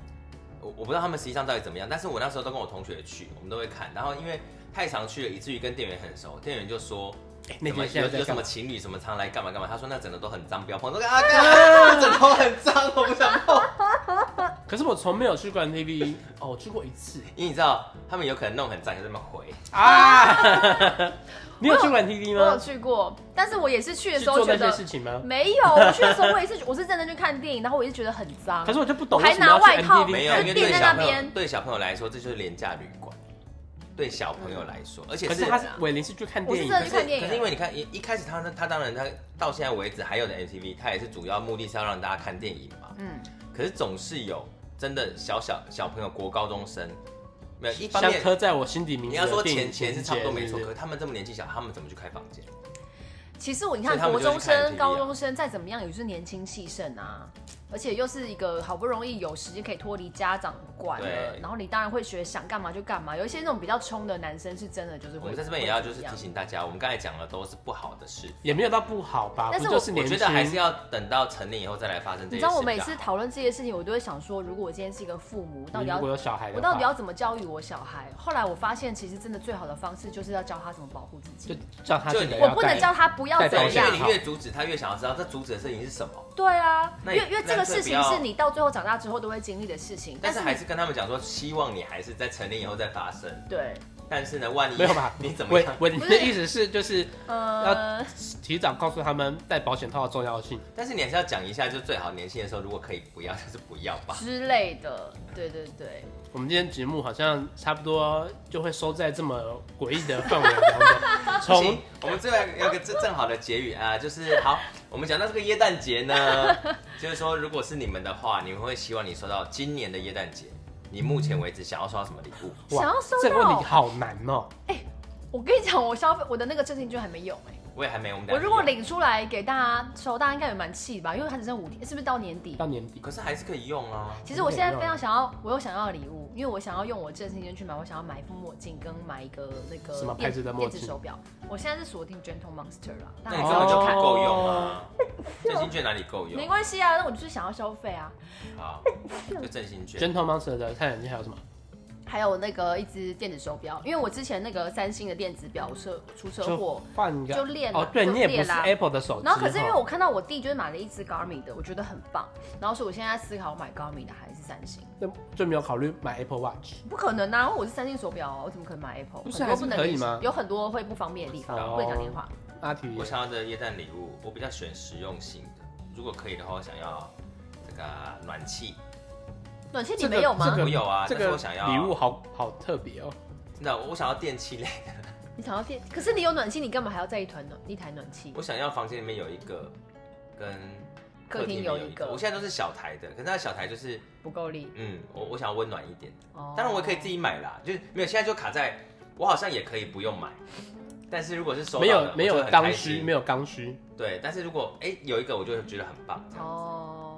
我我不知道他们实际上到底怎么样，但是我那时候都跟我同学去，我们都会看。然后因为太常去了，以至于跟店员很熟，店员就说。
哎那
什么
天现在
有
在
有什
干
么
嘛？
情侣什么常来干嘛干嘛？他说那枕头都很脏，不要碰。我说 啊，干枕头很脏，我不想碰。
可是我从没有去过 NTV，哦，我去过一次
因为你知道他们有可能弄很脏，就这么回。
啊。 你有去过
我
NTV
有
吗？
去过，但是我也是去的
去
时候
做
觉
那些
得嗯
事情吗？
没有，我去的时候我也是，我是认真去看电影，然后我也是觉得很脏。
可是我就不懂
我还
为什么要
拿外
去
套
NTV
没有，
就
因为
定
对
在
小
那
朋友
边
对小朋友来说，这就是廉价旅馆。对小朋友来说，而且
可是他是伟林是去看电影
我是真的
的，
去看电影
可是因为你看一一开始他他当然他到现在为止还有的 MTV，他也是主要目的是要让大家看电影嘛。
嗯，
可是总是有真的小小小朋友国高中生，没有一方
像
面
刻在我心底名字
你要说
的电
钱
影
钱
情
是差不多
节
没错，
是
可
不
是
是
他们这么年纪小，他们怎么去开房间？
其实我你
所
看
以他
国
们就
中
去看
生、
MTV 啊
高中生再怎么样也是年轻气盛啊，而且又是一个好不容易有时间可以脱离家长管了，
对
然后你当然会学想干嘛就干嘛。有一些那种比较冲的男生是真的就是
我
会
们在这边也要就是
会这样
提醒大家，我们刚才讲的都是不好的事，
也没有到不好吧？
但是
不
我
就是
我
年
觉
轻，
得还是要等到成年以后再来发生这些事。
你知
啊
道我每次讨论这些事情，我都会想说，如果我今天是一个父母，到底
你
要
如果有小孩的话，
我到底要怎么教育我小孩？后来我发现，其实真的最好的方式就是要教他怎么保护自
就
己。
叫他
就
记得
你
我
要
不能
带
教他不要
戴
怎么
保
对，
险
因
样
为。你越阻止他，越想要知道这阻止的事情是什么。
对啊，因
那
为
也
因为这个事情
那
是
最不要
你到最后长大之后都会经历的事情，
但是
是
还是跟他们讲说，希望你还是在成年以后再发生。
对，
但是呢，万一？
没有吧
你怎么
我
样？
我你
不是
的意思是就是
呃，
提早告诉他们戴保险套的重要性。
但是你还是要讲一下，就最好年轻的时候，如果可以不要，就是不要吧。
之类的，对对对。
我们今天节目好像差不多就会收在这么诡异的范围当中，从
行，我们最后有个正正好的结语啊，就是好，我们讲到这个耶诞节呢，就是说，如果是你们的话，你们会希望你收到今年的耶诞节，你目前为止想要收到什么礼物？
想要收到
这个问题好难哦、
我跟你讲，我消费我的那个振兴券还没有哎、
我也还没，我们等
我
下
如果
去用，
领出来给大家收，大家应该也蛮气吧，因为它只剩五天，是不是到年底？
到年底
可是还是可以用啊。
其实我现在非常想要，我有想要的礼物，因为我想要用我振兴券去买，我想要买一副墨镜跟买一个那个
什么
电
牌子的墨镜
电子手表。我现在是锁定 Gentle Monster 啦，
那
但
你
我
根
想要
本就
去
不
看，
够用啊！ 振兴券哪里够用
哦没？关系啊，那我就是想要消费啊。
好，就振兴券。
Gentle Monster 的太阳镜还有什么？
还有那个一只电子手表，因为我之前那个三星的电子表车出车祸，
换一个
就练啊
哦，对
就
你也不
练
是
啦
Apple 的手机哦，
然后可是因为我看到我弟就是买了一只 Garmin 的，我觉得很棒，然后所以我现在在思考买 Garmin 的还是三星。
就就没有考虑买 Apple Watch。
不可能啊！因为我是三星手表啊，我怎么可能买 Apple？
不是
很多
还是
能
可以
联系
吗
有很多会不方便的地方，
哦
不能讲电话。
阿体
我想要的耶诞礼物，我比较选实用性的。如果可以的话，我想要这个暖气。
暖气你
这个
没有吗？
这个
我有啊
这
但
个
是我想要
礼物好好特别哦。
真的，我想要电器类，
你想要电，可是你有暖气，你干嘛还要再一团暖一台暖气？
我想要房间里面有一个，跟
客厅
里面
有
有
一个
我现在都是小台的，可是那小台就是，
不够力。
嗯，我我想要温暖一点的。
哦
当然我也可以自己买啦，就是没有，现在就卡在我好像也可以不用买。但是如果是收到
没有
的
没
我
有
就很
刚
开
需，
心
没有刚需。
对，但是如果哎、有一个我就觉得很棒，这样
哦，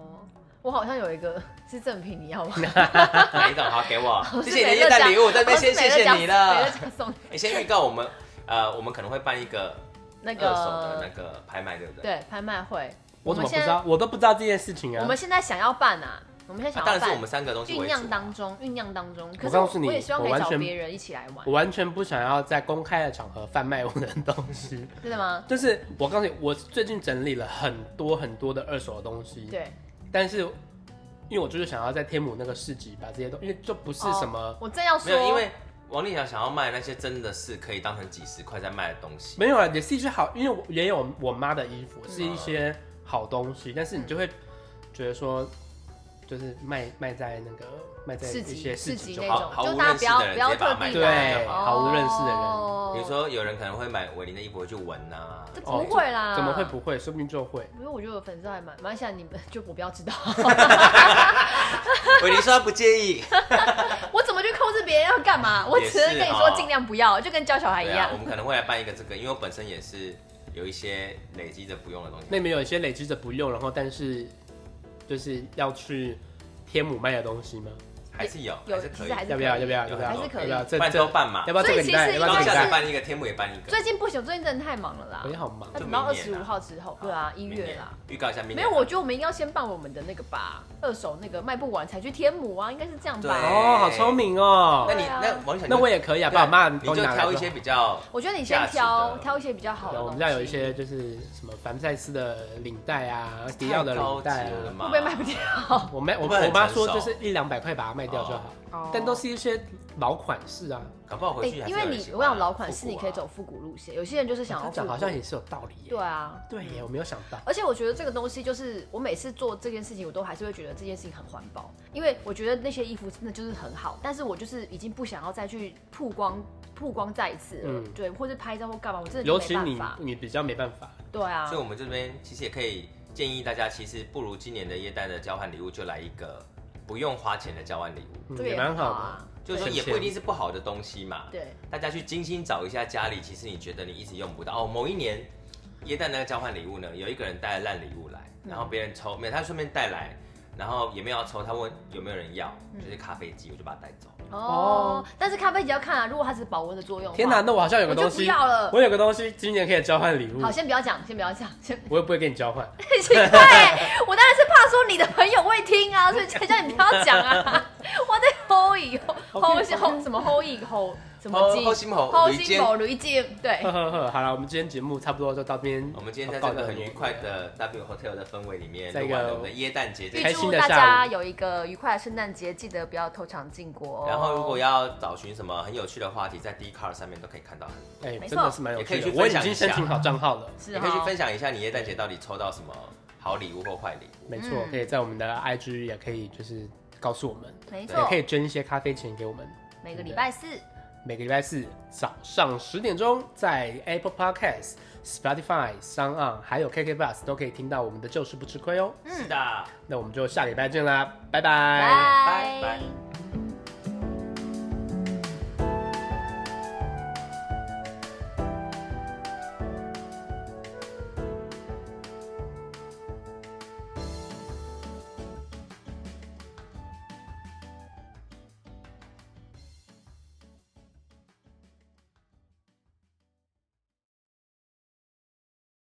我好像有一个是赠品，你要吗？
哪一种好 给我
我？
谢
是
谢
美乐
你的耶
家
诞礼物，在这边先谢谢你
美
了
乐。家送
哎、先预告我们，呃，我们可能会办一个
那
二手的那
个
个拍卖，对不对？
对拍卖会，
我怎么不
们现
知道？我都不知道这件事情啊！
我们现在想要办啊，我们现在想
啊当
要
然是我
办
们，三个东西
酝
为主啊
酿当中，酝酿当中。可是
告诉你
我也希望可
啊我
以
完
找
全
别人一起来玩
我，完全不想要在公开的场合贩卖我的东西。
真的吗？
就是我告诉你，我最近整理了很多很多的二手的东西，
对，
但是因为我就是想要在天母那个市集把这些东，因为就不是什
哦
么。
我正要
没
说，
有，因为王力强想要卖那些真的是可以当成几十块在卖的东西，
没有啊，也是一些好，因为我也有我妈的衣服，是一些好东
嗯
西，但是你就会觉得说，就是卖卖在那个卖在
市
一
集
些市
市
集
集
就
那
好。
种，
好
就大家不要
无认识的
不要
人直接把
特
它卖
地
掉
买
对好无认识的人
哦
比如说有人可能会买维尼的衣服去啊闻 呐，
这
哦
不会啦，
怎么会不会？说不定就会。
因为我觉得我粉丝还蛮蛮想你们，就我不要知道，
维尼说他不介意，
我怎么去控制别人要干嘛？我只是跟你说
也是哦
尽量不要，就跟教小孩一
对啊，我
样。
们可能会来办一个这个，因为我本身也是有一些累积着不用的东西。
那里面有一些累积着不用，然后但是就是要去贴母卖的东西吗？
还是有，
啊
有
还是
其
可以
实，还是
要不要？要不要？要不要？
还是可以
要不要？啊这
办
这
都办嘛
要不要这个礼
所
拜？
以其实
要不
然
要
后
这个
应该
下次
是
礼拜？
办一个，天幕也办一个，
最近不行，最近真的太忙了啦
我。也好忙
要
就
等到二
明
十
年
五
啊
号之后，对啊，一
明
月
年
啦。，
预告一下明年。
没有，我觉得我们应该要先办我们的那个吧，二手那个卖不完才去天母啊，应该是这样
对
吧。
哦，好聪明哦
那。你
对啊
那王小姐，
那我也可以啊，
对啊
爸妈
你
都
就
拿来
挑一
就
些
好
比较
我觉得你先
价值
挑
的
挑一些比较好的
对
东西。
我们家有一些就是什么凡赛斯的领带啊，迪奥的
太高
领
级
带
了
啊，
嘛
会不会卖 不掉？
我妹
会
我
不会很
我妈
成
说
熟
就是一两百块把它卖掉就好，
哦
但都是一些老款式啊。
搞不好回
哎
去还是
因
有
为
人
你
喜欢
我想老款
复古
式，你可以
啊
走复古路线，有些人就是想要
这
复
讲
古。
好像也是有道理耶。
对啊，
对耶，我没有想到。
而且我觉得这个东西就是，我每次做这件事情，我都还是会觉得这件事情很环保，因为我觉得那些衣服真的就是很好，但是我就是已经不想要再去曝光曝光再一次了，
嗯
对，或是拍照或干嘛，我真的就
尤其
没办
你
法，
你比较没办法，
对啊
所以，我们这边其实也可以建议大家，其实不如今年的耶诞的交换礼物就来一个不用花钱的交换礼物，
嗯
这个
也
很
蛮好的
啊。，
就是说
省
也不
钱
一定是不好的东西嘛。
对，
大家去精心找一下家里，其实你觉得你一直用不到哦。某一年耶诞那个交换礼物呢，有一个人带了烂礼物来，
嗯
然后别人抽，没有他顺便带来，然后也没有要抽，他问有没有人要，
嗯
就是咖啡机，我就把它带走。
哦，但是咖啡也要看啊，如果它只是保温的作用的话，
天哪，那我好像有个
我就
东西
不，要了。
我有个东西今年可以交换礼物
好，，先不要讲，先不要讲，先
我又不会跟你交换。
奇怪，我当然是怕说你的朋友会听 啊，所以才叫你不要讲啊。我在吼一吼吼吼什么吼一吼什么
吼吼心哦吼
吼
雷
心哦
尖
吼雷尖， 对
呵，呵呵，好了，我们今天节目差不多就到这边。
我们今天在
告
这
一
个
段
很
落
愉快的 W Hotel 的氛围里面
啊在一
录
个
完了我们的耶诞节这
预
个
开心
祝
的
大
下午
家有一个愉快的圣诞节，记得不要偷尝禁果哦。
然后如果要找寻什么很有趣的话题，在 d c a r 上面都可以看到很多，
哎，
没错
真的是蛮有趣
也可
的
以。去
我
分
已
享一下
经申请好账号了，
是
你可以去
哦
分，享一下你耶诞节到底抽到什么好礼物或坏礼物。
没错，可以在我们的 IG 也可以就是告诉我们，
没
也
错
可，以捐一些咖啡钱给我们。
每个礼拜四
每个礼拜四早上十点钟，在 Apple Podcast、Spotify、s o n On 还有 KK Bus 都可以听到我们的
嗯
《就是不吃亏》哦。
是的。
那我们就下礼拜见啦，拜
拜
拜
拜。
拜
拜。